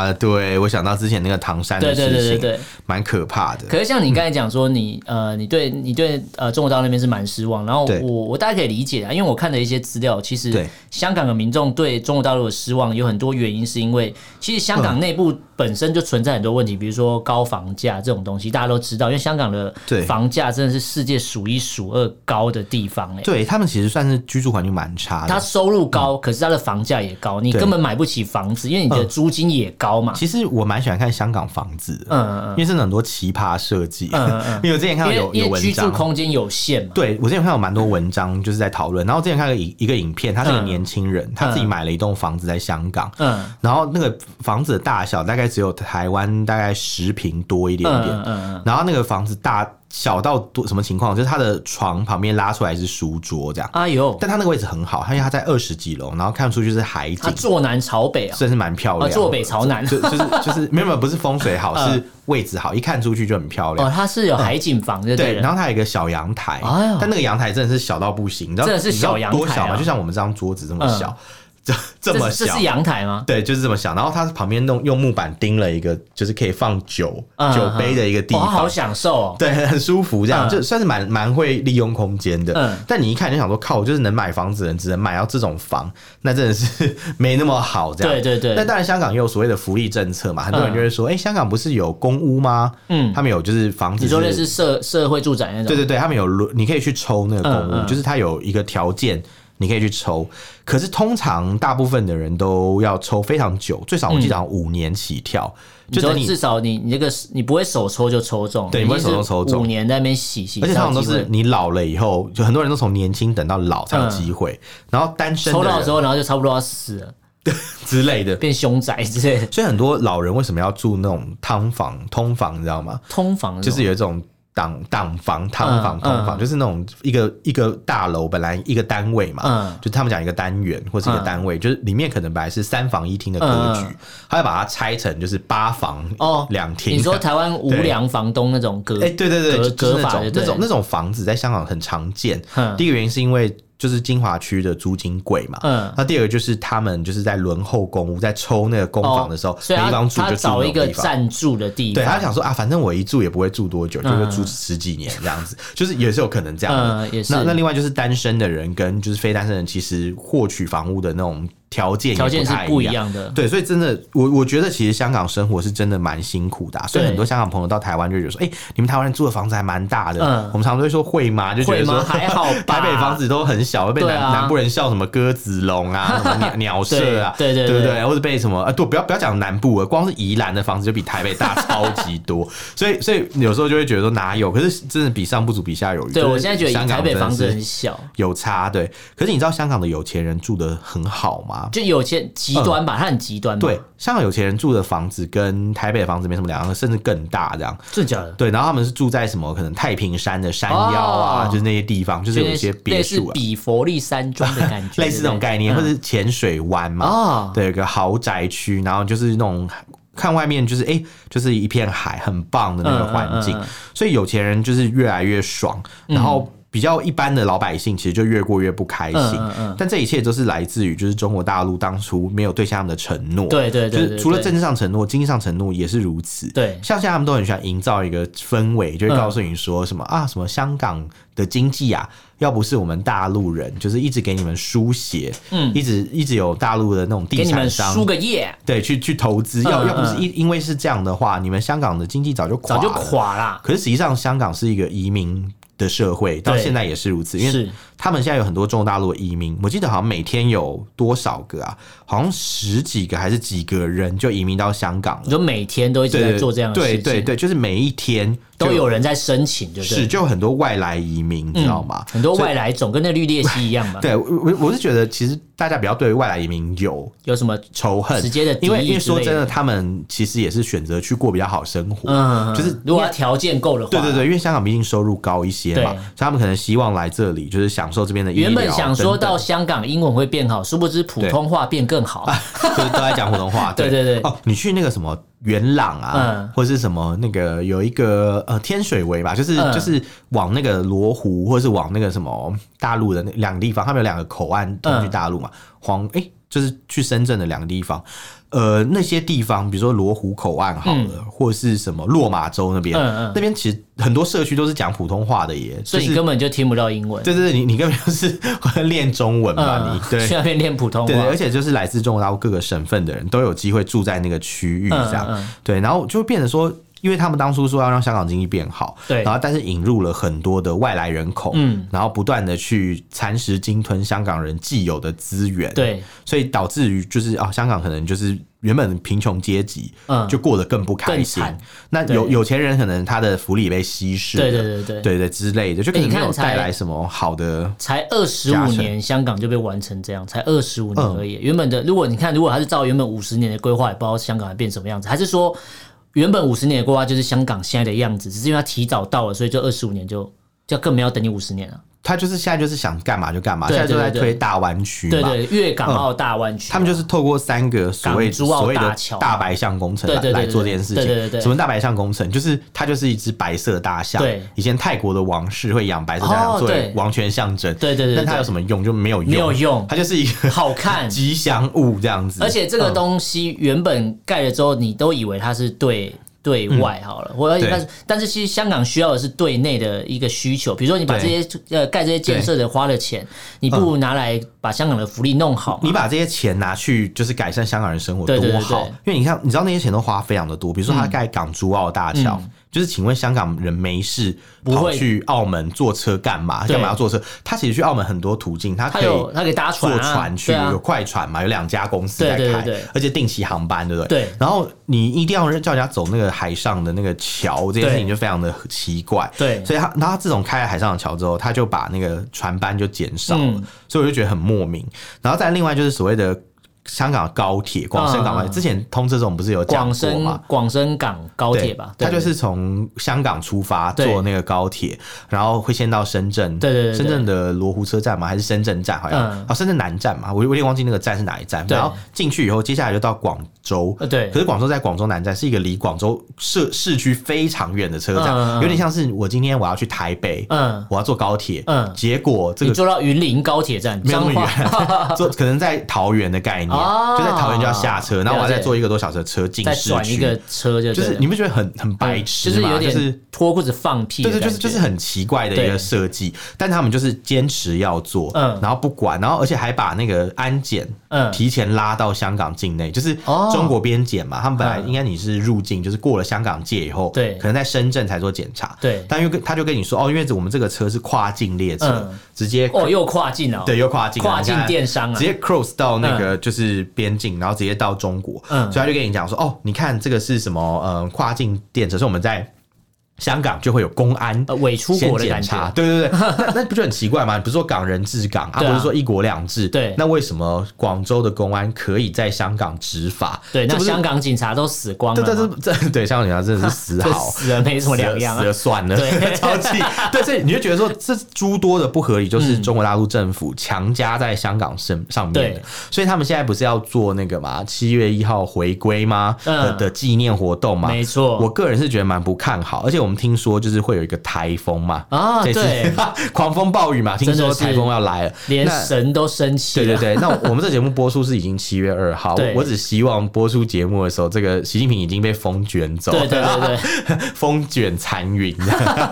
[SPEAKER 1] 啊，对我想到之前那个唐山的
[SPEAKER 2] 对
[SPEAKER 1] 事
[SPEAKER 2] 对
[SPEAKER 1] 情，
[SPEAKER 2] 对对对。
[SPEAKER 1] 蛮可怕的。
[SPEAKER 2] 可是像你刚才讲说你，呃，你对你对呃中国大陆那边是蛮失望，然后
[SPEAKER 1] 对
[SPEAKER 2] 我我大概可以理解啊，因为我看了一些资料，其实
[SPEAKER 1] 对
[SPEAKER 2] 香港的民众对中国大陆的失望有很多原因，是因为其实香港
[SPEAKER 1] 嗯
[SPEAKER 2] 内部本身就存在很多问题，比如说高房价这种东西，大家都知道，因为香港的
[SPEAKER 1] 对
[SPEAKER 2] 房价真的是世界数一数二高的地方、欸，
[SPEAKER 1] 对他们其实算是居住环境蛮差
[SPEAKER 2] 他
[SPEAKER 1] 的。
[SPEAKER 2] 收入高，可是他的房价也高，你
[SPEAKER 1] 对嗯
[SPEAKER 2] 根本买不起房子，因为你的租金也高嘛。
[SPEAKER 1] 其实我蛮喜欢看香港房子的，
[SPEAKER 2] 嗯嗯
[SPEAKER 1] 因为真的很多奇葩设计。
[SPEAKER 2] 嗯嗯
[SPEAKER 1] <laughs> 因为我之前看
[SPEAKER 2] 嗯，
[SPEAKER 1] 到
[SPEAKER 2] 因
[SPEAKER 1] 有
[SPEAKER 2] 为
[SPEAKER 1] 有
[SPEAKER 2] 因为居
[SPEAKER 1] 文
[SPEAKER 2] 住
[SPEAKER 1] 章，
[SPEAKER 2] 空间有限嘛。
[SPEAKER 1] 对我之前看到蛮多文章就是在讨论，然后之前看到一一个影片，他是个
[SPEAKER 2] 嗯
[SPEAKER 1] 年轻人，他自己
[SPEAKER 2] 嗯
[SPEAKER 1] 买了一栋房子在香港，
[SPEAKER 2] 嗯
[SPEAKER 1] 然后那个房子的大小大概只有台湾大概十平多一点
[SPEAKER 2] 嗯
[SPEAKER 1] 点，
[SPEAKER 2] 嗯嗯
[SPEAKER 1] 然后那个房子大小到多什么情况？就是他的床旁边拉出来是书桌这样
[SPEAKER 2] 嗯，，哎呦，
[SPEAKER 1] 但他那个位置很好，因为他在二十几楼，然后看出去是海
[SPEAKER 2] 他
[SPEAKER 1] 景，
[SPEAKER 2] 坐南朝北啊，
[SPEAKER 1] 算是蛮漂
[SPEAKER 2] 啊
[SPEAKER 1] 亮的。
[SPEAKER 2] 坐北朝南。
[SPEAKER 1] 就
[SPEAKER 2] <laughs>
[SPEAKER 1] 就是就是没有没有不是风水好，
[SPEAKER 2] 嗯
[SPEAKER 1] 是位置好，一看出去就很漂亮
[SPEAKER 2] 哦，。他是有海景房，
[SPEAKER 1] 嗯
[SPEAKER 2] 对
[SPEAKER 1] 对，
[SPEAKER 2] 对了。
[SPEAKER 1] 然后它有一个小阳台
[SPEAKER 2] 哎呦，
[SPEAKER 1] 但那个阳台真的是小到不行，你知道
[SPEAKER 2] 真的是
[SPEAKER 1] 你知道
[SPEAKER 2] 小阳
[SPEAKER 1] 多
[SPEAKER 2] 台
[SPEAKER 1] 小吗？
[SPEAKER 2] 啊
[SPEAKER 1] 就像我们这张桌子这么
[SPEAKER 2] 嗯
[SPEAKER 1] 小，这这
[SPEAKER 2] 这
[SPEAKER 1] 么
[SPEAKER 2] 是
[SPEAKER 1] 小
[SPEAKER 2] 这是，阳台吗？
[SPEAKER 1] 对，就是这么小。然后它旁边弄用木板钉了一个，就是可以放酒
[SPEAKER 2] 嗯
[SPEAKER 1] 酒杯的一个地
[SPEAKER 2] 哦，他好
[SPEAKER 1] 方。
[SPEAKER 2] 享受哦。
[SPEAKER 1] 对，很舒服，这样、
[SPEAKER 2] 嗯
[SPEAKER 1] 就算是蛮蛮会利用空间的。
[SPEAKER 2] 嗯
[SPEAKER 1] 但你一看你就想说，靠，我就是能买房子的人，只能买到这种房，那真的是 <laughs> 没那么好，这样。
[SPEAKER 2] 对对对
[SPEAKER 1] 那当然，香港也有所谓的福利政策嘛，很多人就会说，哎、香港不是有公屋吗？
[SPEAKER 2] 嗯
[SPEAKER 1] 他们有就是房子，
[SPEAKER 2] 你说类似社社会住宅那种？
[SPEAKER 1] 对对对，他们有轮，你可以去抽那个公物，
[SPEAKER 2] 嗯嗯
[SPEAKER 1] 就是它有一个条件，你可以去抽。可是通常大部分的人都要抽非常久，最少我记得好像五年起跳，
[SPEAKER 2] 嗯你
[SPEAKER 1] 就
[SPEAKER 2] 说
[SPEAKER 1] 等你
[SPEAKER 2] 至。少你你这个你不会手抽就抽中，
[SPEAKER 1] 对你不会手抽抽中
[SPEAKER 2] 五年在那边洗洗，
[SPEAKER 1] 而且通常都
[SPEAKER 2] 才有
[SPEAKER 1] 是
[SPEAKER 2] 机
[SPEAKER 1] 你老了以后，就很多人都从年轻等到老才有机会，然后单身
[SPEAKER 2] 嗯会抽到之
[SPEAKER 1] 候
[SPEAKER 2] 后，然后就差不多要死了，
[SPEAKER 1] 之类的，
[SPEAKER 2] 变凶宅之类的，
[SPEAKER 1] 所以很多老人为什么要住那种汤房、 <laughs> 通房，你知道吗？
[SPEAKER 2] 通房
[SPEAKER 1] 就是
[SPEAKER 2] 有
[SPEAKER 1] 有一种档档房、汤房、
[SPEAKER 2] 嗯
[SPEAKER 1] 通房，
[SPEAKER 2] 嗯
[SPEAKER 1] 就是那种一个一个大楼本来一个单位嘛，
[SPEAKER 2] 嗯
[SPEAKER 1] 就他们讲一个单元或是一个单位，就是里面可能本来是三房一厅的格局，
[SPEAKER 2] 嗯
[SPEAKER 1] 他要把它拆成就是八房
[SPEAKER 2] 哦
[SPEAKER 1] 两厅。
[SPEAKER 2] 你说台湾无良房东那种格，
[SPEAKER 1] 哎、对对对，
[SPEAKER 2] 格
[SPEAKER 1] 就就是
[SPEAKER 2] 格
[SPEAKER 1] 那
[SPEAKER 2] 法
[SPEAKER 1] 种
[SPEAKER 2] 就对
[SPEAKER 1] 那种那种房子在香港很常见。
[SPEAKER 2] 嗯
[SPEAKER 1] 第一个原因是因为就是金华区的租金贵嘛，
[SPEAKER 2] 嗯
[SPEAKER 1] 那第二个就是他们就是在轮候公屋，在抽那个公
[SPEAKER 2] 哦
[SPEAKER 1] 房的时候，
[SPEAKER 2] 所
[SPEAKER 1] 没地
[SPEAKER 2] 以他
[SPEAKER 1] 方住
[SPEAKER 2] 他
[SPEAKER 1] 就住
[SPEAKER 2] 找
[SPEAKER 1] 那
[SPEAKER 2] 一
[SPEAKER 1] 种
[SPEAKER 2] 个
[SPEAKER 1] 地方。
[SPEAKER 2] 暂住的地
[SPEAKER 1] 对，
[SPEAKER 2] 方，
[SPEAKER 1] 他想说啊，反正我一住也不会住多久，就会住十几年这样子， <laughs> 就是也是有可能这样的。
[SPEAKER 2] 嗯嗯也是
[SPEAKER 1] 那那另外就是单身的人跟就是非单身的人，其实获取房屋的那种条件也
[SPEAKER 2] 条件是
[SPEAKER 1] 太
[SPEAKER 2] 不
[SPEAKER 1] 一
[SPEAKER 2] 一。样的，
[SPEAKER 1] 对，所以真的，我我觉得其实香港生活是真的蛮辛苦的啊、所以
[SPEAKER 2] 对
[SPEAKER 1] 很多香港朋友到台湾就觉得说，哎、你们台湾人住的房子还蛮大的，
[SPEAKER 2] 嗯
[SPEAKER 1] 我们常常都会说会吗？ <laughs> 就觉得
[SPEAKER 2] 会
[SPEAKER 1] 说
[SPEAKER 2] 吗还好吧
[SPEAKER 1] <laughs> 台北房子都很小，会被
[SPEAKER 2] 对
[SPEAKER 1] 南、
[SPEAKER 2] 啊
[SPEAKER 1] 南部人笑什么鸽子笼啊，
[SPEAKER 2] <laughs>
[SPEAKER 1] 什么鸟鸟舍啊，
[SPEAKER 2] 对对
[SPEAKER 1] 对
[SPEAKER 2] 对
[SPEAKER 1] 不
[SPEAKER 2] 对
[SPEAKER 1] 对？或者被什么啊，对，不要不要讲南部了，光是宜兰的房子就比台北大超级
[SPEAKER 2] <laughs>
[SPEAKER 1] 多，所以所以有时候就会觉得说哪有，可是真的比上不足，比下有余。
[SPEAKER 2] 对
[SPEAKER 1] 就是
[SPEAKER 2] 我现在觉得
[SPEAKER 1] 香
[SPEAKER 2] 以
[SPEAKER 1] 港
[SPEAKER 2] 台北
[SPEAKER 1] 真的
[SPEAKER 2] 房子
[SPEAKER 1] 是
[SPEAKER 2] 很小，
[SPEAKER 1] 有差，对。可是你知道香港的有钱人住的很好吗？
[SPEAKER 2] 就有些极端吧，他很极端
[SPEAKER 1] 嗯
[SPEAKER 2] 嘛，
[SPEAKER 1] 对，香港有钱人住的房子跟台北的房子没什么两样，甚至更大这样。
[SPEAKER 2] 真的假的？
[SPEAKER 1] 对，然后他们是住在什么可能太平山的山腰啊，
[SPEAKER 2] 哦
[SPEAKER 1] 就是那些地方，就是有一些别
[SPEAKER 2] 类似
[SPEAKER 1] 墅啊，
[SPEAKER 2] 比佛利山庄的
[SPEAKER 1] <laughs>
[SPEAKER 2] 感觉，
[SPEAKER 1] 类似这种概念，或
[SPEAKER 2] 对不对
[SPEAKER 1] 是浅水湾嘛，
[SPEAKER 2] 哦
[SPEAKER 1] 对，有个豪宅区，然后就是那种看外面就是哎、诶就是一片海，很棒的那个环境，
[SPEAKER 2] 嗯嗯嗯嗯嗯
[SPEAKER 1] 所以有钱人就是越来越爽，然后。比较一般的老百姓，其实就越过越不开心。
[SPEAKER 2] 嗯嗯嗯
[SPEAKER 1] 但这一切都是来自于就是中国大陆当初没有兑现他们的承诺。
[SPEAKER 2] 对对对对
[SPEAKER 1] 就
[SPEAKER 2] 对
[SPEAKER 1] 是除了政治上承诺，经济上承诺也是如此。
[SPEAKER 2] 对
[SPEAKER 1] 像现在他们都很喜欢营造一个氛围，就会告诉你说什么、啊，什么香港的经济啊，要不是我们大陆人，就是一直给你们输血，嗯，一直一直有大陆的那种地
[SPEAKER 2] 给你
[SPEAKER 1] 产
[SPEAKER 2] 们
[SPEAKER 1] 商
[SPEAKER 2] 输。个夜，
[SPEAKER 1] 对，去去投资，要、
[SPEAKER 2] 嗯
[SPEAKER 1] 要不是因因为是这样的话，你们香港的经济早就垮
[SPEAKER 2] 早
[SPEAKER 1] 了
[SPEAKER 2] 就。垮啦。
[SPEAKER 1] 可是实际上，香港是一个移民的社会，到
[SPEAKER 2] 对
[SPEAKER 1] 现在也是如此，因为
[SPEAKER 2] 是
[SPEAKER 1] 他们现在有很多中国大陆的移民，我记得好像每天有多少个啊？好像十几个还是几个人就移民到香港
[SPEAKER 2] 你
[SPEAKER 1] 了。
[SPEAKER 2] 说每天都一直
[SPEAKER 1] 对
[SPEAKER 2] 在
[SPEAKER 1] 对
[SPEAKER 2] 做这样的事
[SPEAKER 1] 对
[SPEAKER 2] 情，嗯
[SPEAKER 1] 对对，就是每一天就
[SPEAKER 2] 都有人在申请，对不
[SPEAKER 1] 是
[SPEAKER 2] 对？
[SPEAKER 1] 就有很多外来移民，你知道吗？
[SPEAKER 2] 很多外来种跟那绿鬣蜥一样嘛，
[SPEAKER 1] 对我我我是觉得，其实大家不要对外来移民有
[SPEAKER 2] 有什么？
[SPEAKER 1] 仇恨，
[SPEAKER 2] 直接的敌意
[SPEAKER 1] 因为因为
[SPEAKER 2] 之类
[SPEAKER 1] 说
[SPEAKER 2] 的
[SPEAKER 1] 真的，他们其实也是选择去过比较好生活，
[SPEAKER 2] 嗯，
[SPEAKER 1] 就是
[SPEAKER 2] 如果他条件够的话，
[SPEAKER 1] 对对对，因为香港毕竟收入高一些嘛，所
[SPEAKER 2] 对
[SPEAKER 1] 以他们可能希望来这里就是享受这边的医疗
[SPEAKER 2] 原本想说
[SPEAKER 1] 等等
[SPEAKER 2] 到香港英文会变好，殊不知普通话变更
[SPEAKER 1] <laughs>
[SPEAKER 2] 好。
[SPEAKER 1] 就是都在讲普通话。
[SPEAKER 2] 对对对
[SPEAKER 1] 哦，你去那个什么元朗啊，
[SPEAKER 2] 嗯
[SPEAKER 1] 或是什么那个有一个呃天水围吧，就是、
[SPEAKER 2] 嗯
[SPEAKER 1] 就是往那个罗
[SPEAKER 2] 嗯
[SPEAKER 1] 湖，或是往那个什么大陆的那两个地方，他们有两个口岸通去大陆嘛，黄诶，就是去深圳的两个地方，呃，那些地方，比如说罗湖口岸好了，或者是什么落马洲那边，
[SPEAKER 2] 嗯嗯
[SPEAKER 1] 那边其实很多社区都是讲普通话的耶，
[SPEAKER 2] 所以
[SPEAKER 1] 就
[SPEAKER 2] 你
[SPEAKER 1] 是
[SPEAKER 2] 根本就听不到英文。
[SPEAKER 1] 对对对，你你根本就是 <laughs> 练中文嘛，
[SPEAKER 2] 嗯
[SPEAKER 1] 你，对
[SPEAKER 2] 去。那边练普通
[SPEAKER 1] 对对，而
[SPEAKER 2] 话。
[SPEAKER 1] 且就是来自中国大陆各个省份的人都有机会住在那个区域，这样、
[SPEAKER 2] 嗯嗯嗯
[SPEAKER 1] 对，然后就会变得说，因为他们当初说要让香港经济变好，
[SPEAKER 2] 对
[SPEAKER 1] 然后但是引入了很多的外来人口，
[SPEAKER 2] 嗯，
[SPEAKER 1] 然后不断的去蚕食、鲸吞香港人既有的资源，，
[SPEAKER 2] 对，
[SPEAKER 1] 所以导致于就是啊、香港可能就是原本贫穷阶级，
[SPEAKER 2] 嗯
[SPEAKER 1] 就过得更不开
[SPEAKER 2] 更
[SPEAKER 1] 心
[SPEAKER 2] 惨。
[SPEAKER 1] 那
[SPEAKER 2] 对
[SPEAKER 1] 有有钱人可能他的福利被稀释了，
[SPEAKER 2] 对对对对
[SPEAKER 1] 对对之类的，就可
[SPEAKER 2] 哎
[SPEAKER 1] 能
[SPEAKER 2] 你
[SPEAKER 1] 没
[SPEAKER 2] 看
[SPEAKER 1] 有
[SPEAKER 2] 才
[SPEAKER 1] 带来什么好的，
[SPEAKER 2] 才二十
[SPEAKER 1] 加
[SPEAKER 2] 五
[SPEAKER 1] 成
[SPEAKER 2] 年，香港就被完成这样，才二十五年
[SPEAKER 1] 嗯
[SPEAKER 2] 而已。原本的，如果你看，如果还是照原本五十年的规划，也不知道香港会变什么样子，还是说原本五十年的规划就是香港现在的样子，只是因为它提早到了，所以就二十五年就就更没有等你五十年了。
[SPEAKER 1] 他就是现在就是想干嘛就干嘛，
[SPEAKER 2] 对
[SPEAKER 1] 现在就在
[SPEAKER 2] 对对对
[SPEAKER 1] 推大湾区嘛，
[SPEAKER 2] 对对，粤港澳大湾区
[SPEAKER 1] 嗯
[SPEAKER 2] 嘛，啊
[SPEAKER 1] 他们就是透过三个所谓
[SPEAKER 2] 港珠澳
[SPEAKER 1] 所谓
[SPEAKER 2] 大
[SPEAKER 1] 的
[SPEAKER 2] 桥
[SPEAKER 1] 大白象工程
[SPEAKER 2] 对
[SPEAKER 1] 来
[SPEAKER 2] 对对
[SPEAKER 1] 来
[SPEAKER 2] 对
[SPEAKER 1] 做这件事情。
[SPEAKER 2] 对对对对
[SPEAKER 1] 什么大白象工程？就是它就是一只白色大象。
[SPEAKER 2] 对
[SPEAKER 1] 以前泰国的王室会养白色大象
[SPEAKER 2] 哦
[SPEAKER 1] 作为
[SPEAKER 2] 对
[SPEAKER 1] 王权象征。
[SPEAKER 2] 对对对
[SPEAKER 1] 但
[SPEAKER 2] 对
[SPEAKER 1] 它有什么用？就没有用，
[SPEAKER 2] 没有用
[SPEAKER 1] 它就是一个
[SPEAKER 2] 好
[SPEAKER 1] <laughs>
[SPEAKER 2] 看，
[SPEAKER 1] 吉祥物这样子。
[SPEAKER 2] 而且这个东西原本盖了之后，你都以为它是对。对外好了，我而
[SPEAKER 1] 嗯
[SPEAKER 2] 且
[SPEAKER 1] 对
[SPEAKER 2] 但是但是其实香港需要的是对内的一个需求，比如说你把这
[SPEAKER 1] 对
[SPEAKER 2] 些呃盖这些建设的花了钱，你不如拿来把香港的福利弄好嘛。
[SPEAKER 1] 你把这些钱拿去就是改善香港人生活
[SPEAKER 2] 对对对
[SPEAKER 1] 多好
[SPEAKER 2] 对，嗯
[SPEAKER 1] 因为你看，你知道那些钱都花非常的多，比如说他盖港珠澳大桥。就是，请问香港人没事
[SPEAKER 2] 不
[SPEAKER 1] 跑
[SPEAKER 2] 会
[SPEAKER 1] 去澳门坐车干嘛？
[SPEAKER 2] 对
[SPEAKER 1] 干嘛要坐车？他其实去澳门很多途径，他可
[SPEAKER 2] 他
[SPEAKER 1] 以
[SPEAKER 2] 有他可以搭船
[SPEAKER 1] 坐
[SPEAKER 2] 啊，
[SPEAKER 1] 船去，
[SPEAKER 2] 对啊
[SPEAKER 1] 有，快船嘛，有两家公司在开，
[SPEAKER 2] 对对对对
[SPEAKER 1] 而且定期航班，对不对？
[SPEAKER 2] 对
[SPEAKER 1] 然后你一定要叫人家走那个海上的那个桥，这件事情就非常的奇怪。
[SPEAKER 2] 对
[SPEAKER 1] 所以他，然后他自从开了海上的桥之后，他就把那个船班就减少了，
[SPEAKER 2] 嗯
[SPEAKER 1] 所以我就觉得很莫名。然后再另外就是所谓的。香港高铁、广深港高铁，
[SPEAKER 2] 嗯
[SPEAKER 1] 之前通车这种不是有讲
[SPEAKER 2] 广
[SPEAKER 1] 过
[SPEAKER 2] 深
[SPEAKER 1] 吗？
[SPEAKER 2] 广深港高
[SPEAKER 1] 对
[SPEAKER 2] 铁吧，对
[SPEAKER 1] 它就是从香港出发
[SPEAKER 2] 对
[SPEAKER 1] 坐那个高铁，然后会先到深圳，
[SPEAKER 2] 对对对对
[SPEAKER 1] 深圳的罗湖车站嘛，还是深圳站好像，
[SPEAKER 2] 嗯
[SPEAKER 1] 哦，深圳南站嘛，我我有点忘记那个站是哪一站。
[SPEAKER 2] 对
[SPEAKER 1] 然后进去以后，接下来就到广州，
[SPEAKER 2] 呃对
[SPEAKER 1] 可是广州在广州南站是一个离广州市市区非常远的车站，
[SPEAKER 2] 嗯嗯
[SPEAKER 1] 有
[SPEAKER 2] 嗯
[SPEAKER 1] 点像是我今天我要去台北，
[SPEAKER 2] 嗯
[SPEAKER 1] 我要坐高铁，
[SPEAKER 2] 嗯
[SPEAKER 1] 结果这
[SPEAKER 2] 你
[SPEAKER 1] 个
[SPEAKER 2] 坐到云林高铁站，
[SPEAKER 1] 没有那
[SPEAKER 2] 彰
[SPEAKER 1] 么
[SPEAKER 2] 化
[SPEAKER 1] <laughs> 远，坐可能在桃园的概念，
[SPEAKER 2] 哦
[SPEAKER 1] 就在桃园就要下车，然后我要再
[SPEAKER 2] 了解
[SPEAKER 1] 坐一个多小时的车进
[SPEAKER 2] 再
[SPEAKER 1] 市
[SPEAKER 2] 转一
[SPEAKER 1] 区。
[SPEAKER 2] 个车就
[SPEAKER 1] 就
[SPEAKER 2] 对
[SPEAKER 1] 是
[SPEAKER 2] 了
[SPEAKER 1] 你不觉得很很白
[SPEAKER 2] 嗯
[SPEAKER 1] 痴
[SPEAKER 2] 就是
[SPEAKER 1] 吗？
[SPEAKER 2] 有
[SPEAKER 1] 就是
[SPEAKER 2] 点脱裤子放屁的
[SPEAKER 1] 对
[SPEAKER 2] 感
[SPEAKER 1] 对，
[SPEAKER 2] 觉，
[SPEAKER 1] 就是就是很奇怪的一个
[SPEAKER 2] 对
[SPEAKER 1] 设计，但他们就是坚持要做，
[SPEAKER 2] 嗯
[SPEAKER 1] 然后不管，然后而且还把那个安检，
[SPEAKER 2] 嗯
[SPEAKER 1] 提前拉到香港境内，就是
[SPEAKER 2] 哦
[SPEAKER 1] 中国边检嘛，他们本来
[SPEAKER 2] 嗯
[SPEAKER 1] 应该你是入境，就是过了香港界以后，
[SPEAKER 2] 对
[SPEAKER 1] 可能在深圳才做检查，
[SPEAKER 2] 对
[SPEAKER 1] 但又跟他就跟你说，哦，因为我们这个车是跨境列车
[SPEAKER 2] 嗯，
[SPEAKER 1] 直接
[SPEAKER 2] 哦又跨境了，
[SPEAKER 1] 对，又跨境了
[SPEAKER 2] 跨境
[SPEAKER 1] 你看
[SPEAKER 2] 电商啊
[SPEAKER 1] 直接 cross 到那个就是边境，然后直接到中国，
[SPEAKER 2] 嗯
[SPEAKER 1] 所以他就跟你讲说，哦，你看这个是什么？呃，跨境电车，所以我们在香港就会有公安
[SPEAKER 2] 呃伪出
[SPEAKER 1] 先
[SPEAKER 2] 国的
[SPEAKER 1] 检
[SPEAKER 2] 感
[SPEAKER 1] 查
[SPEAKER 2] 觉，
[SPEAKER 1] 对对
[SPEAKER 2] <laughs>
[SPEAKER 1] 对，那那不就很奇怪吗？你不是说港人治港，啊，
[SPEAKER 2] 对啊
[SPEAKER 1] 不是说一国两制，
[SPEAKER 2] 对
[SPEAKER 1] 那为什么广州的公安可以在香港执法？
[SPEAKER 2] 对，
[SPEAKER 1] 这
[SPEAKER 2] 那
[SPEAKER 1] 不是
[SPEAKER 2] 香港警察都死光了
[SPEAKER 1] 这
[SPEAKER 2] 嘛，
[SPEAKER 1] 这这这 <laughs> 对香港警察真的是死
[SPEAKER 2] <laughs> 这
[SPEAKER 1] 好，
[SPEAKER 2] 死了没什么两样
[SPEAKER 1] 死了死了。
[SPEAKER 2] 啊
[SPEAKER 1] 算了，
[SPEAKER 2] 对
[SPEAKER 1] <laughs> 超气。对，所以你就觉得说，这诸多的不合理，就是中国大陆政府强加在香港身上面的
[SPEAKER 2] 嗯对。
[SPEAKER 1] 所以他们现在不是要做那个嘛，七月一号回归吗？
[SPEAKER 2] 嗯
[SPEAKER 1] 的的纪念活动嘛，
[SPEAKER 2] 没错
[SPEAKER 1] 我个人是觉得蛮不看好，而且我们听说就是会有一个台风嘛，
[SPEAKER 2] 啊，
[SPEAKER 1] 这次
[SPEAKER 2] 对，
[SPEAKER 1] <laughs> 狂风暴雨嘛，听
[SPEAKER 2] 真
[SPEAKER 1] 说
[SPEAKER 2] 的是啊
[SPEAKER 1] 台风要来了，
[SPEAKER 2] 连
[SPEAKER 1] 那
[SPEAKER 2] 神都生气
[SPEAKER 1] 对对对，
[SPEAKER 2] 了。
[SPEAKER 1] 那我们这节目播出是已经七月二号，我
[SPEAKER 2] 对
[SPEAKER 1] 我只希望播出节目的时候，这个习近平已经被风卷走，
[SPEAKER 2] 对对对对，
[SPEAKER 1] <laughs> 风卷残云 <laughs>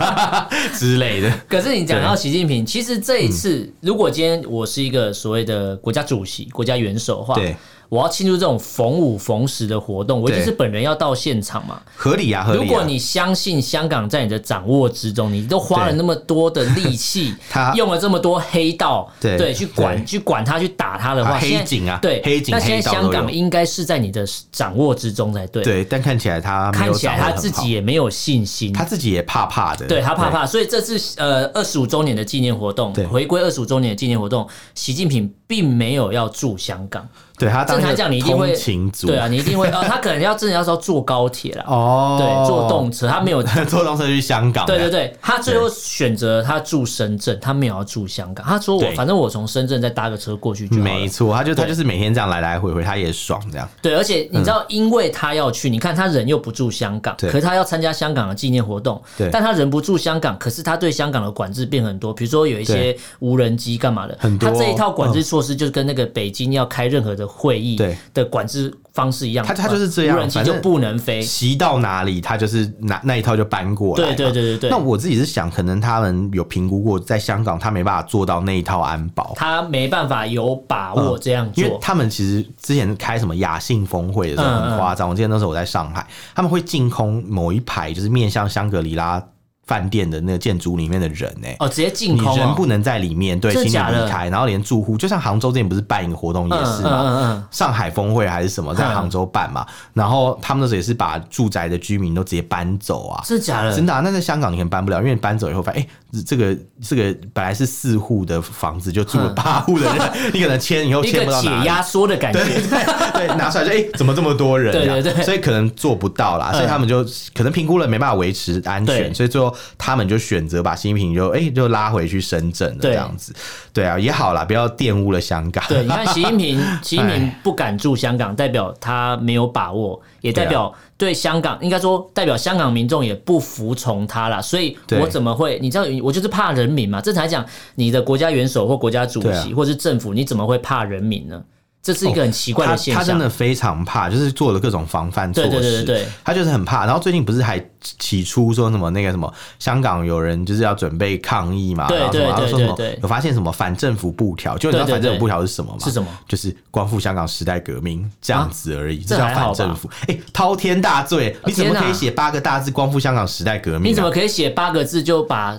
[SPEAKER 1] 之类的。
[SPEAKER 2] 可是你讲到习近平，其实这一
[SPEAKER 1] 嗯
[SPEAKER 2] 次，如果今天我是一个所谓的国家主席、国家元首的话
[SPEAKER 1] 对，
[SPEAKER 2] 我要庆祝这种逢五逢十的活动，我一定
[SPEAKER 1] 对
[SPEAKER 2] 是本人要到现场嘛。
[SPEAKER 1] 合理啊，合理、啊。
[SPEAKER 2] 如果你相信香港在你的掌握之中，你都花了那么多的力气
[SPEAKER 1] <laughs> 他，
[SPEAKER 2] 用了这么多黑道，
[SPEAKER 1] 对
[SPEAKER 2] 去
[SPEAKER 1] 对
[SPEAKER 2] 管去管他去打他的
[SPEAKER 1] 啊
[SPEAKER 2] 话，
[SPEAKER 1] 黑
[SPEAKER 2] 现在
[SPEAKER 1] 警啊
[SPEAKER 2] 对
[SPEAKER 1] 黑警
[SPEAKER 2] 那现在
[SPEAKER 1] 黑道都
[SPEAKER 2] 香港
[SPEAKER 1] 有
[SPEAKER 2] 应该是在你的掌握之中才对。，
[SPEAKER 1] 对，但看起来他没
[SPEAKER 2] 看
[SPEAKER 1] 有
[SPEAKER 2] 起来
[SPEAKER 1] 掌握
[SPEAKER 2] 他
[SPEAKER 1] 得很
[SPEAKER 2] 自己
[SPEAKER 1] 好
[SPEAKER 2] 也没有信心，
[SPEAKER 1] 他自己也怕怕的，
[SPEAKER 2] 对他怕怕，所以这次呃二十五周年的纪念活动
[SPEAKER 1] 对，
[SPEAKER 2] 回归二十五周年的纪念活动，习近平并没有要驻香港，
[SPEAKER 1] 对，对他当
[SPEAKER 2] 正常
[SPEAKER 1] 一个
[SPEAKER 2] 讲你一定会
[SPEAKER 1] 通勤族，
[SPEAKER 2] 对啊，你一定会呃，他可能要真的要说坐高铁啦，
[SPEAKER 1] <laughs> 哦，
[SPEAKER 2] 对，坐动车，他没有
[SPEAKER 1] <laughs> 坐动车去香港，
[SPEAKER 2] 对对，对，他最后选择他住深圳，他没有要住香港。他说我
[SPEAKER 1] 对
[SPEAKER 2] 反正我从深圳再搭个车过去就好了
[SPEAKER 1] 没。错，他就他
[SPEAKER 2] 对
[SPEAKER 1] 就是每天这样来来回回，他也爽这样。
[SPEAKER 2] 对，而且你知道，因为他要去，你看他人又不住香港，
[SPEAKER 1] 对
[SPEAKER 2] 可是他要参加香港的纪念活动
[SPEAKER 1] 对，
[SPEAKER 2] 但他人不住香港，可是他对香港的管制变很多，比如说有一些无人机干嘛的
[SPEAKER 1] 很，多
[SPEAKER 2] 他这一套管制措施就是跟那个北京要开任何的会议
[SPEAKER 1] 嗯对
[SPEAKER 2] 的管制方式一样，
[SPEAKER 1] 它它就是这样
[SPEAKER 2] 无人机
[SPEAKER 1] 反
[SPEAKER 2] 就
[SPEAKER 1] 正
[SPEAKER 2] 不能飞。
[SPEAKER 1] 骑到哪里，他就是拿那一套就搬过来嘛。
[SPEAKER 2] 对对对对对
[SPEAKER 1] 那我自己是想，可能他们有评估过，在香港他没办法做到那一套安保。
[SPEAKER 2] 他没办法有把握这样
[SPEAKER 1] 嗯因为
[SPEAKER 2] 做，
[SPEAKER 1] 他们其实之前开什么亚信峰会的时候
[SPEAKER 2] 嗯嗯
[SPEAKER 1] 很夸张，我记得那时候我在上海，他们会净空某一排就是面向香格里拉饭店的那个建筑里面的人呢、
[SPEAKER 2] 哦，直接净
[SPEAKER 1] 你
[SPEAKER 2] 空
[SPEAKER 1] 人不
[SPEAKER 2] 哦，
[SPEAKER 1] 能在里面，对，请
[SPEAKER 2] 真的
[SPEAKER 1] 你
[SPEAKER 2] 假的
[SPEAKER 1] 离开，然后连住户，就像杭州之前不是办一个活动也是嘛，
[SPEAKER 2] 嗯嗯，
[SPEAKER 1] 上海峰会还是什么，在
[SPEAKER 2] 嗯
[SPEAKER 1] 杭州办嘛，然后他们那时候也是把住宅的居民都直接搬走啊，
[SPEAKER 2] 真的假的？
[SPEAKER 1] 真的、啊，那在香港你可能搬不了，因为你搬走以后发现，哎、这个这个本来是四户的房子，就住
[SPEAKER 2] 嗯
[SPEAKER 1] 了八户的人，
[SPEAKER 2] <laughs>
[SPEAKER 1] 你可能迁以后
[SPEAKER 2] 一
[SPEAKER 1] 迁
[SPEAKER 2] 个
[SPEAKER 1] 不到
[SPEAKER 2] 解
[SPEAKER 1] 哪里。
[SPEAKER 2] 压缩的感觉，
[SPEAKER 1] 对，拿出来就哎、怎么这么多人？
[SPEAKER 2] 对对
[SPEAKER 1] 这样
[SPEAKER 2] 对嗯
[SPEAKER 1] 所以可能做不到啦，所以他们就可能评估了没办法维持安全，
[SPEAKER 2] 对
[SPEAKER 1] 所以最后他们就选择把习近平就哎、就拉回去深圳了，
[SPEAKER 2] 对
[SPEAKER 1] 这样子。对啊，也好啦，不要玷污了香港。
[SPEAKER 2] 对，你看习近
[SPEAKER 1] <laughs>
[SPEAKER 2] 平，习近平
[SPEAKER 1] 哎
[SPEAKER 2] 不敢驻香港，代表他没有把握，也代表
[SPEAKER 1] 啊
[SPEAKER 2] 对香港，应该说代表香港民众也不服从他啦。所以
[SPEAKER 1] 对
[SPEAKER 2] 我怎么会？你知道，我就是怕人民嘛。这才讲你的国家元首或国家主
[SPEAKER 1] 对啊
[SPEAKER 2] 席，或是政府，你怎么会怕人民呢？这是一个很奇怪
[SPEAKER 1] 他
[SPEAKER 2] 的现
[SPEAKER 1] 他真
[SPEAKER 2] 象。
[SPEAKER 1] 的非常怕，就是做了各种防范措施。
[SPEAKER 2] 对对对对对
[SPEAKER 1] 他就是很怕。然后最近不是还起出说什么那个什么香港有人就是要准备抗议嘛，
[SPEAKER 2] 对
[SPEAKER 1] 然后什
[SPEAKER 2] 对
[SPEAKER 1] 么然后说什么
[SPEAKER 2] 对对对
[SPEAKER 1] 有发现什么反政府布条，就你知道
[SPEAKER 2] 对对
[SPEAKER 1] 反政府
[SPEAKER 2] 对
[SPEAKER 1] 布条是什么吗？
[SPEAKER 2] 是什么？
[SPEAKER 1] 就是光复香港时代革命这样子而已，
[SPEAKER 2] 这
[SPEAKER 1] 叫
[SPEAKER 2] 还好
[SPEAKER 1] 反
[SPEAKER 2] 吧
[SPEAKER 1] 政
[SPEAKER 2] 哦
[SPEAKER 1] 府。哎，滔天大罪！你怎么
[SPEAKER 2] 天哪
[SPEAKER 1] 可以写八个大字“光复香港时代革命”？啊
[SPEAKER 2] 你
[SPEAKER 1] <laughs>
[SPEAKER 2] 怎么？可以写八个字就把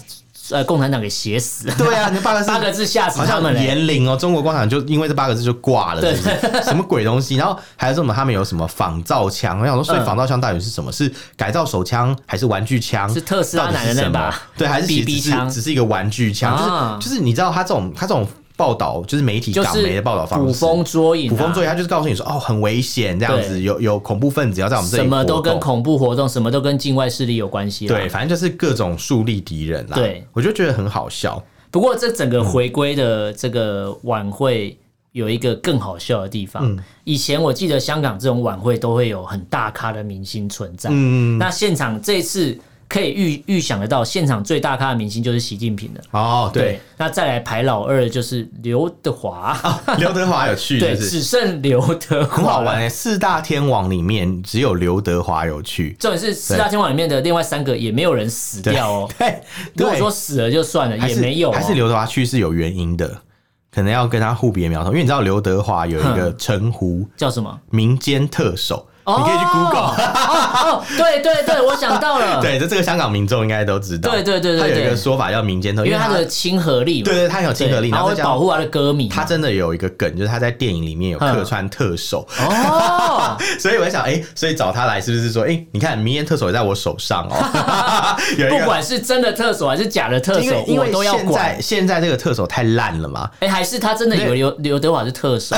[SPEAKER 2] 呃共产党给写死？
[SPEAKER 1] 对啊，你八个字
[SPEAKER 2] 八个字吓死
[SPEAKER 1] 好
[SPEAKER 2] 他
[SPEAKER 1] 像
[SPEAKER 2] 们嘞！
[SPEAKER 1] 年龄哦，中国共产党就因为这八个字就挂了，
[SPEAKER 2] 对
[SPEAKER 1] 是不
[SPEAKER 2] <laughs>
[SPEAKER 1] 是什么鬼东西？然后还有什么他们有什么仿造枪？我想说，所以
[SPEAKER 2] 嗯
[SPEAKER 1] 仿造枪到底是什么？是改造手枪还是玩具枪？
[SPEAKER 2] 是特斯拉
[SPEAKER 1] 到底是
[SPEAKER 2] 男的那
[SPEAKER 1] 什
[SPEAKER 2] 把
[SPEAKER 1] 么对，还是其实
[SPEAKER 2] BB
[SPEAKER 1] 只是
[SPEAKER 2] 枪
[SPEAKER 1] 只是一个玩具枪，
[SPEAKER 2] 啊
[SPEAKER 1] 就是就是你知道他这种他这种报道就是媒体
[SPEAKER 2] 就
[SPEAKER 1] 港媒
[SPEAKER 2] 是
[SPEAKER 1] 的报道方式，
[SPEAKER 2] 捕风捉影、啊，
[SPEAKER 1] 捕风捉影，他就是告诉你说哦很危险这样子，
[SPEAKER 2] 对
[SPEAKER 1] 有有恐怖分子要在我们这里
[SPEAKER 2] 什么都
[SPEAKER 1] 活
[SPEAKER 2] 跟
[SPEAKER 1] 动
[SPEAKER 2] 恐怖活动，什么都跟境外势力有关系啦。
[SPEAKER 1] 对，反正就是各种树立敌人啦。
[SPEAKER 2] 对，
[SPEAKER 1] 我就觉得很好笑。
[SPEAKER 2] 不过这整个回归的这个晚会有一个更好笑的地方。
[SPEAKER 1] 嗯
[SPEAKER 2] 以前我记得香港这种晚会都会有很大咖的明星存在，
[SPEAKER 1] 嗯
[SPEAKER 2] 那现场这次可以预预想得到，现场最大咖的明星就是习近平了。
[SPEAKER 1] 哦，对，，
[SPEAKER 2] 那再来排老二就是刘
[SPEAKER 1] <laughs>
[SPEAKER 2] 德华，
[SPEAKER 1] 刘德华有去，
[SPEAKER 2] 对，
[SPEAKER 1] 啊就是
[SPEAKER 2] 只剩刘德华，
[SPEAKER 1] 很好玩。诶、欸四大天王里面只有刘德华有
[SPEAKER 2] <laughs>
[SPEAKER 1] 去。
[SPEAKER 2] 重点是四大天王里面的另外三个也没有人死掉哦。
[SPEAKER 1] 对，
[SPEAKER 2] 如果
[SPEAKER 1] 对
[SPEAKER 2] 说死了就算了，
[SPEAKER 1] 还
[SPEAKER 2] 也
[SPEAKER 1] 是
[SPEAKER 2] 没有、哦，
[SPEAKER 1] 还是刘德华去是有原因的，可能要跟他互别苗头，因为你知道刘德华有一个称呼
[SPEAKER 2] 叫什么？
[SPEAKER 1] “民间特首”，你可以去 Google。
[SPEAKER 2] 哦，哦对对对，我想到
[SPEAKER 1] <laughs>
[SPEAKER 2] 了，
[SPEAKER 1] 对，这这个香港民众应该都知道。
[SPEAKER 2] 对对对对
[SPEAKER 1] 他有一个
[SPEAKER 2] 对
[SPEAKER 1] 说法叫“民间特”，
[SPEAKER 2] 因为
[SPEAKER 1] 他
[SPEAKER 2] 他的亲和力嘛，
[SPEAKER 1] 对对，他很有
[SPEAKER 2] 对，
[SPEAKER 1] 亲和力，然
[SPEAKER 2] 他
[SPEAKER 1] 后
[SPEAKER 2] 会
[SPEAKER 1] 再加上
[SPEAKER 2] 保护他的歌迷嘛，
[SPEAKER 1] 他真的有一个梗，就是他在电影里面有
[SPEAKER 2] 嗯
[SPEAKER 1] 客串特首， <laughs>
[SPEAKER 2] 哦，
[SPEAKER 1] 所以我在想，哎、所以找他来是不是说，哎、你看明天特首也在我手上
[SPEAKER 2] <laughs>
[SPEAKER 1] 哦，有一
[SPEAKER 2] 不
[SPEAKER 1] 个
[SPEAKER 2] 管是真的特首还是假的特
[SPEAKER 1] 因
[SPEAKER 2] 首
[SPEAKER 1] 为，因
[SPEAKER 2] 我
[SPEAKER 1] 为
[SPEAKER 2] 都要
[SPEAKER 1] 现
[SPEAKER 2] 管
[SPEAKER 1] 在。现在这个特首太烂了嘛。
[SPEAKER 2] 哎，还是他真的以为刘刘德华是
[SPEAKER 1] <laughs>
[SPEAKER 2] 特首，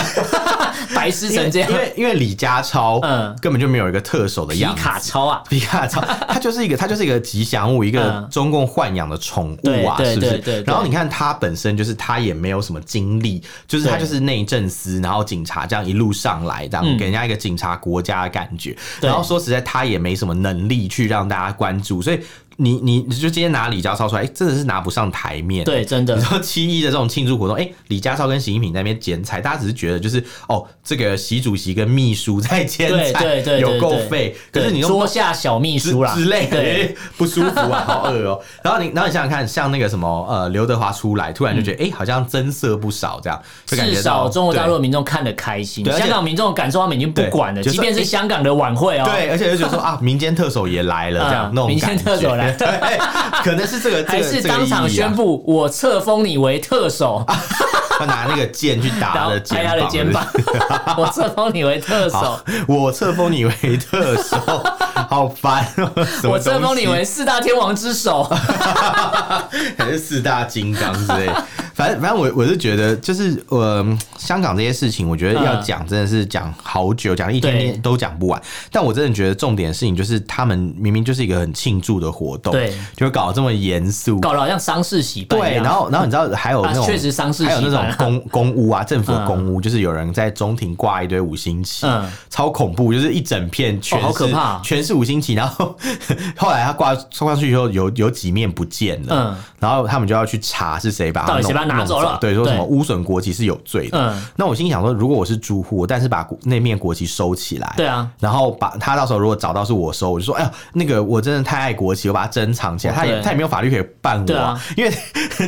[SPEAKER 2] 白痴
[SPEAKER 1] 因为
[SPEAKER 2] 成这样
[SPEAKER 1] 因，为因为李家超，嗯
[SPEAKER 2] 嗯，
[SPEAKER 1] 根本就没有一个特首的
[SPEAKER 2] 皮
[SPEAKER 1] 样子。
[SPEAKER 2] 卡
[SPEAKER 1] <laughs>
[SPEAKER 2] 超啊！
[SPEAKER 1] 皮卡超，他就是一个他就是一个吉祥物，一个
[SPEAKER 2] 嗯
[SPEAKER 1] 中共豢养的宠物
[SPEAKER 2] 对
[SPEAKER 1] 啊，是
[SPEAKER 2] 对
[SPEAKER 1] 不
[SPEAKER 2] 对对
[SPEAKER 1] 是？
[SPEAKER 2] 对
[SPEAKER 1] 然后你看他本身就是他也没有什么经历，就是他
[SPEAKER 2] 对
[SPEAKER 1] 就是内政司，然后警察这样一路上来，这样
[SPEAKER 2] 嗯
[SPEAKER 1] 给人家一个警察国家的感觉。
[SPEAKER 2] 对
[SPEAKER 1] 然后说实在，他也没什么能力去让大家关注，所以你你你就今天拿李家超出来，哎真的是拿不上台面。 <laughs>
[SPEAKER 2] 对，真的
[SPEAKER 1] 你，说七一的这种庆祝活动，哎、李家超跟习近平在那边剪彩，大家只是觉得就是哦，这个习主席跟秘书在 <laughs> 剪
[SPEAKER 2] 对
[SPEAKER 1] 彩，
[SPEAKER 2] 对对，
[SPEAKER 1] 有够
[SPEAKER 2] 对
[SPEAKER 1] 费。可是
[SPEAKER 2] 对
[SPEAKER 1] 你用
[SPEAKER 2] 桌下小秘
[SPEAKER 1] 之
[SPEAKER 2] 书啦
[SPEAKER 1] 之类的，
[SPEAKER 2] 对，
[SPEAKER 1] 哎不舒服
[SPEAKER 2] <laughs>
[SPEAKER 1] 啊，好饿哦。然后你，然后你想想看，像那个什么呃，刘德华出来，突然就觉得哎、好像增色不少，这样就感觉
[SPEAKER 2] 至
[SPEAKER 1] 到
[SPEAKER 2] 嗯少中国大陆
[SPEAKER 1] 对
[SPEAKER 2] 民众看得开心，
[SPEAKER 1] 对而且
[SPEAKER 2] 香港民众感受他们已经不管了，
[SPEAKER 1] 对就
[SPEAKER 2] 即
[SPEAKER 1] 说
[SPEAKER 2] 便是香港的晚会哦，
[SPEAKER 1] 对，而且就
[SPEAKER 2] <laughs>
[SPEAKER 1] 觉得说啊，民间特首也来了，这样、
[SPEAKER 2] 嗯
[SPEAKER 1] 那种
[SPEAKER 2] 民间
[SPEAKER 1] 感觉
[SPEAKER 2] 特首来
[SPEAKER 1] <laughs> 对，可能是这个，
[SPEAKER 2] <laughs> 还
[SPEAKER 1] 这个
[SPEAKER 2] 是
[SPEAKER 1] 这个
[SPEAKER 2] 当
[SPEAKER 1] 意
[SPEAKER 2] 场
[SPEAKER 1] 义啊
[SPEAKER 2] 宣布我册封你为特首，
[SPEAKER 1] 他拿那个剑去
[SPEAKER 2] <laughs>
[SPEAKER 1] 打
[SPEAKER 2] 然
[SPEAKER 1] 他
[SPEAKER 2] 后
[SPEAKER 1] 的
[SPEAKER 2] 拍他的肩膀，
[SPEAKER 1] <laughs>
[SPEAKER 2] 我册封你为特首
[SPEAKER 1] 好，，我册封你为特
[SPEAKER 2] <laughs>
[SPEAKER 1] 首，好烦哦！什么
[SPEAKER 2] 我册封你
[SPEAKER 1] 东西
[SPEAKER 2] 为四大天王
[SPEAKER 1] <laughs>
[SPEAKER 2] 之首，
[SPEAKER 1] 还是 <laughs> 四大金刚之类。反正反正我我是觉得，就是呃，香港这些事情，我觉得要
[SPEAKER 2] 嗯
[SPEAKER 1] 讲真的是讲好久，讲一天
[SPEAKER 2] 对
[SPEAKER 1] 天都讲不完。但我真的觉得重点的事情就是，他们明明就是一个很庆祝的活动，
[SPEAKER 2] 对，
[SPEAKER 1] 就搞得这么严肃，
[SPEAKER 2] 搞得好像丧事喜办一
[SPEAKER 1] 对，
[SPEAKER 2] 样。
[SPEAKER 1] 然后然后你知道还有那种
[SPEAKER 2] 啊确实丧事喜
[SPEAKER 1] 还有
[SPEAKER 2] 办
[SPEAKER 1] 那种公公屋啊，政府的
[SPEAKER 2] 嗯
[SPEAKER 1] 公屋，就是有人在中庭挂一堆五星旗
[SPEAKER 2] 嗯，
[SPEAKER 1] 超恐怖，就是一整片全
[SPEAKER 2] 哦好可
[SPEAKER 1] 是
[SPEAKER 2] 怕
[SPEAKER 1] 全是五五星旗，然后 <laughs> 后来他挂送上去以后，有有几面不见了，
[SPEAKER 2] 嗯
[SPEAKER 1] 然后他们就要去查是谁把它
[SPEAKER 2] 到底
[SPEAKER 1] 弄
[SPEAKER 2] 谁把它拿
[SPEAKER 1] 弄
[SPEAKER 2] 走了
[SPEAKER 1] 对，说什么
[SPEAKER 2] 对
[SPEAKER 1] 污损国旗是有罪的。
[SPEAKER 2] 嗯
[SPEAKER 1] 那我心里想说，如果我是租户，但是把国那面国旗收起来，
[SPEAKER 2] 对啊，
[SPEAKER 1] 然后把他到时候如果找到是我收，我就说，哎呀，那个我真的太爱国旗，我把它珍藏起来。
[SPEAKER 2] 哦
[SPEAKER 1] 他也
[SPEAKER 2] 对
[SPEAKER 1] 他也没有法律可以办我、
[SPEAKER 2] 对啊
[SPEAKER 1] 因为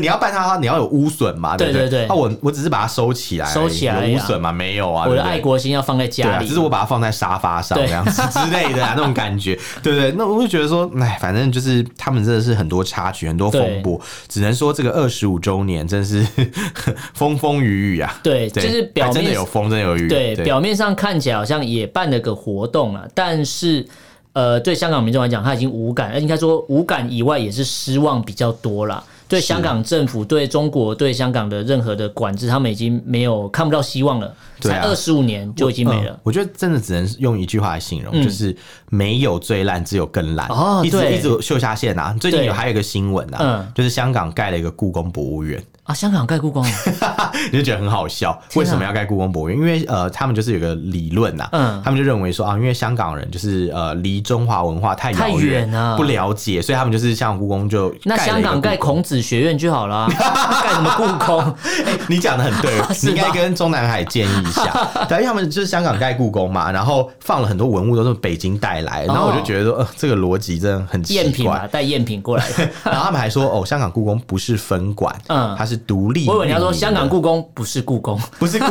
[SPEAKER 1] 你要办他，你要有污损嘛，不
[SPEAKER 2] 对对对
[SPEAKER 1] 那、我我只是把它收起来而已，
[SPEAKER 2] 收起来而已
[SPEAKER 1] 有
[SPEAKER 2] 啊
[SPEAKER 1] 污损嘛？没有啊，
[SPEAKER 2] 我
[SPEAKER 1] 对
[SPEAKER 2] 的
[SPEAKER 1] 不对
[SPEAKER 2] 爱国心要放在
[SPEAKER 1] 对
[SPEAKER 2] 家
[SPEAKER 1] 啊，
[SPEAKER 2] 里。
[SPEAKER 1] 只是我把它放在沙发上
[SPEAKER 2] 对
[SPEAKER 1] 这
[SPEAKER 2] <laughs>
[SPEAKER 1] 样子之类的啊，那种感觉，对不对？那我就觉得说，哎，反正就是他们真的是很多插曲，很多风波，只能说这个二十五周年真是 <laughs> 风风雨雨啊。
[SPEAKER 2] 对就是表
[SPEAKER 1] 还真的
[SPEAKER 2] 面
[SPEAKER 1] 有风，真的有雨。
[SPEAKER 2] 对，表面上看起来好像也办了个活动了，但是呃，对香港民众来讲，他已经无感，呃应该说无感以外也是失望比较多啦。对香港政府、对中国、对香港的任何的管制，他们已经没有看不到希望了。
[SPEAKER 1] 对
[SPEAKER 2] 才
[SPEAKER 1] 啊
[SPEAKER 2] 二十五年就已经没
[SPEAKER 1] 嗯
[SPEAKER 2] 了。嗯
[SPEAKER 1] 我觉得真的只能用一句话来形容，就是没有最烂，只有更烂。
[SPEAKER 2] 哦
[SPEAKER 1] 一直
[SPEAKER 2] 对
[SPEAKER 1] 一直秀下限啊！最近
[SPEAKER 2] 对
[SPEAKER 1] 有还有一个新闻啊
[SPEAKER 2] 嗯，
[SPEAKER 1] 就是香港盖了一个故宫博物院。
[SPEAKER 2] 啊！香港盖故宫了，
[SPEAKER 1] 你就觉得很好笑，
[SPEAKER 2] 啊
[SPEAKER 1] 为什么要盖故宫博物院？因为呃，他们就是有个理论呐、
[SPEAKER 2] 嗯
[SPEAKER 1] 他们就认为说啊，因为香港人就是呃离中华文化太
[SPEAKER 2] 太
[SPEAKER 1] 遥
[SPEAKER 2] 远了
[SPEAKER 1] 不了解，所以他们就是像故宫就
[SPEAKER 2] <laughs> 那
[SPEAKER 1] 了一个
[SPEAKER 2] 香港盖
[SPEAKER 1] 故宫
[SPEAKER 2] 孔子学院就好了，盖什么故宫？，
[SPEAKER 1] 你讲的很对
[SPEAKER 2] <laughs> 是
[SPEAKER 1] 你
[SPEAKER 2] 吗
[SPEAKER 1] 应该跟中南海建议一下。
[SPEAKER 2] <laughs>
[SPEAKER 1] 对，因为他们就是香港盖故宫嘛，然后放了很多文物都是北京带来，然后我就觉得说，呃，这个逻辑真的很 <laughs> 奇
[SPEAKER 2] 哦赝品
[SPEAKER 1] 怪
[SPEAKER 2] 嘛，。带赝品
[SPEAKER 1] <laughs>
[SPEAKER 2] 过来。
[SPEAKER 1] 然后他们还说，哦，香港故宫不是分馆，
[SPEAKER 2] 嗯
[SPEAKER 1] 它是独立运营的。
[SPEAKER 2] 我以为你要说香港故宫不是故宫， <laughs>
[SPEAKER 1] 不是故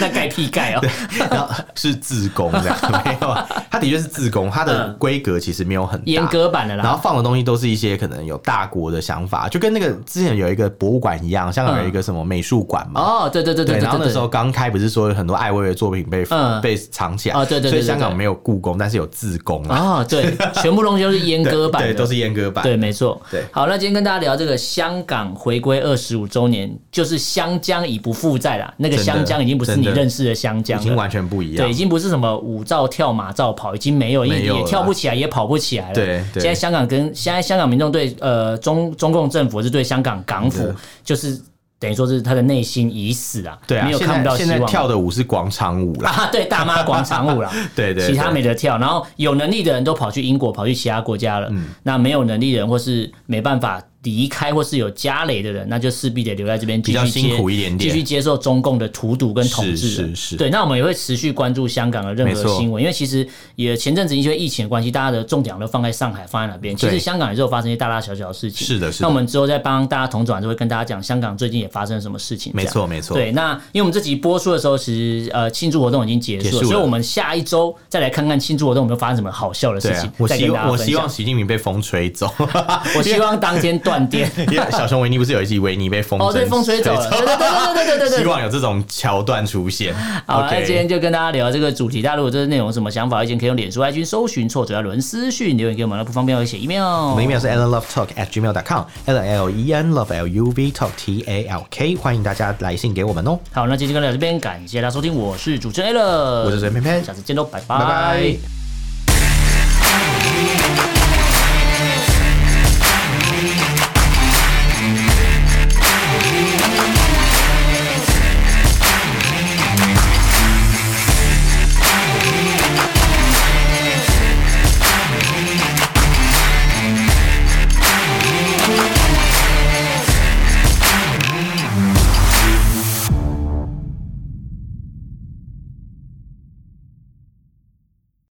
[SPEAKER 2] 那盖屁盖哦。 <laughs>
[SPEAKER 1] 然后是自宫这样，没有啊，它的确是自宫，它的
[SPEAKER 2] 嗯
[SPEAKER 1] 规格其实没有很大
[SPEAKER 2] 阉割版的
[SPEAKER 1] 然
[SPEAKER 2] 啦。
[SPEAKER 1] 后放的东西都是一些可能有大国的想法，就跟那个之前有一个博物馆一样，香港有一个什么美术馆嘛。
[SPEAKER 2] 哦，对对对
[SPEAKER 1] 对，
[SPEAKER 2] 对
[SPEAKER 1] 然后
[SPEAKER 2] 对
[SPEAKER 1] 那时
[SPEAKER 2] 对
[SPEAKER 1] 候刚开，不是说有很多艾薇的作品被
[SPEAKER 2] 嗯
[SPEAKER 1] 被藏起来，
[SPEAKER 2] 哦对对对
[SPEAKER 1] 所以
[SPEAKER 2] 对
[SPEAKER 1] 香港
[SPEAKER 2] 对
[SPEAKER 1] 没有故宫，但是有自宫啊，
[SPEAKER 2] 哦，对，全部东西都是阉
[SPEAKER 1] 对
[SPEAKER 2] 割版
[SPEAKER 1] 对，
[SPEAKER 2] 的，
[SPEAKER 1] 都是阉割版，
[SPEAKER 2] 对，没错。
[SPEAKER 1] 对
[SPEAKER 2] 好，那今天跟大家聊这个香港回归二十五周年，就是湘江已不负债啦。那个
[SPEAKER 1] 真的
[SPEAKER 2] 湘江已经不是你
[SPEAKER 1] 真的
[SPEAKER 2] 认识的湘江
[SPEAKER 1] 已经
[SPEAKER 2] 了，
[SPEAKER 1] 完全不一样
[SPEAKER 2] 对，已。经不是什么舞照跳、马照跑，已经没有，因为
[SPEAKER 1] 没有
[SPEAKER 2] 也
[SPEAKER 1] 了
[SPEAKER 2] 跳不起来，也跑不起来了。
[SPEAKER 1] 对对
[SPEAKER 2] 现在香港跟现在香港民众对呃中中共政府是对香港港府
[SPEAKER 1] 真的，
[SPEAKER 2] 就是等于说是他的内心已死啊，
[SPEAKER 1] 对啊，
[SPEAKER 2] 没有
[SPEAKER 1] 现
[SPEAKER 2] 看不到
[SPEAKER 1] 在
[SPEAKER 2] 希
[SPEAKER 1] 现在
[SPEAKER 2] 望。
[SPEAKER 1] 跳的舞是广场舞啦，
[SPEAKER 2] 啊， <laughs> 对，大妈广场舞啦，
[SPEAKER 1] 对对对
[SPEAKER 2] 其他没得跳。然后有能力的人都跑去英国，跑去其他国家了。
[SPEAKER 1] 嗯
[SPEAKER 2] 那没有能力的人或是没办法离开，或是有家累的人，那就势必得留在这边继续
[SPEAKER 1] 比较辛
[SPEAKER 2] 接
[SPEAKER 1] 苦一点点
[SPEAKER 2] 继续接受中共的荼毒跟统治了。
[SPEAKER 1] 是是是
[SPEAKER 2] 对，那我们也会持续关注香港的任
[SPEAKER 1] 没
[SPEAKER 2] 何
[SPEAKER 1] 错
[SPEAKER 2] 新闻，因为其实也前阵子因为疫情的关系，大家的重点都放在上海，放在哪边？其
[SPEAKER 1] 对
[SPEAKER 2] 实香港也是有发生一些大大小小的事情。
[SPEAKER 1] 是的是的
[SPEAKER 2] 那我们之后再帮大家同转，就会跟大家讲香港最近也发生了什么事情。
[SPEAKER 1] 没
[SPEAKER 2] 这样
[SPEAKER 1] 错没错
[SPEAKER 2] 对，那因为我们这集播出的时候，其实呃庆祝活动已经结束
[SPEAKER 1] 结
[SPEAKER 2] 了，
[SPEAKER 1] 束了
[SPEAKER 2] 所以我们下一周再来看看庆祝活动有没有发生什么好笑的事
[SPEAKER 1] 对
[SPEAKER 2] 情
[SPEAKER 1] 啊，，我
[SPEAKER 2] 再
[SPEAKER 1] 希
[SPEAKER 2] 跟大
[SPEAKER 1] 望
[SPEAKER 2] 家
[SPEAKER 1] 我
[SPEAKER 2] 分
[SPEAKER 1] 希望
[SPEAKER 2] 享。
[SPEAKER 1] 习近平被风吹走，
[SPEAKER 2] <laughs> 我希望当天
[SPEAKER 1] <laughs>
[SPEAKER 2] 断 <laughs> 电。
[SPEAKER 1] 因为小熊维尼不是有一集维尼被风筝
[SPEAKER 2] 哦，对，风吹走了，对对对对对对对 <laughs>
[SPEAKER 1] 希
[SPEAKER 2] 对。
[SPEAKER 1] 望有这种桥段出现。
[SPEAKER 2] <laughs> 好了，那
[SPEAKER 1] OK
[SPEAKER 2] 今天就跟大家聊这个主题。大家如果对这内容有什么想法、意见，可以用脸书、IG 搜寻“错主要轮私讯留言给我们，那不方便要写 email
[SPEAKER 1] 我。们的 email 是 allenlovetalk at gmail com l l e n love l u v talk t a l k，欢迎大家来信给我们哦。
[SPEAKER 2] 好，那今天就跟大家聊到这边，感谢大家收听，我是主持人 a l
[SPEAKER 1] 我是陈偏偏
[SPEAKER 2] 呃下，次见喽，拜
[SPEAKER 1] 拜拜。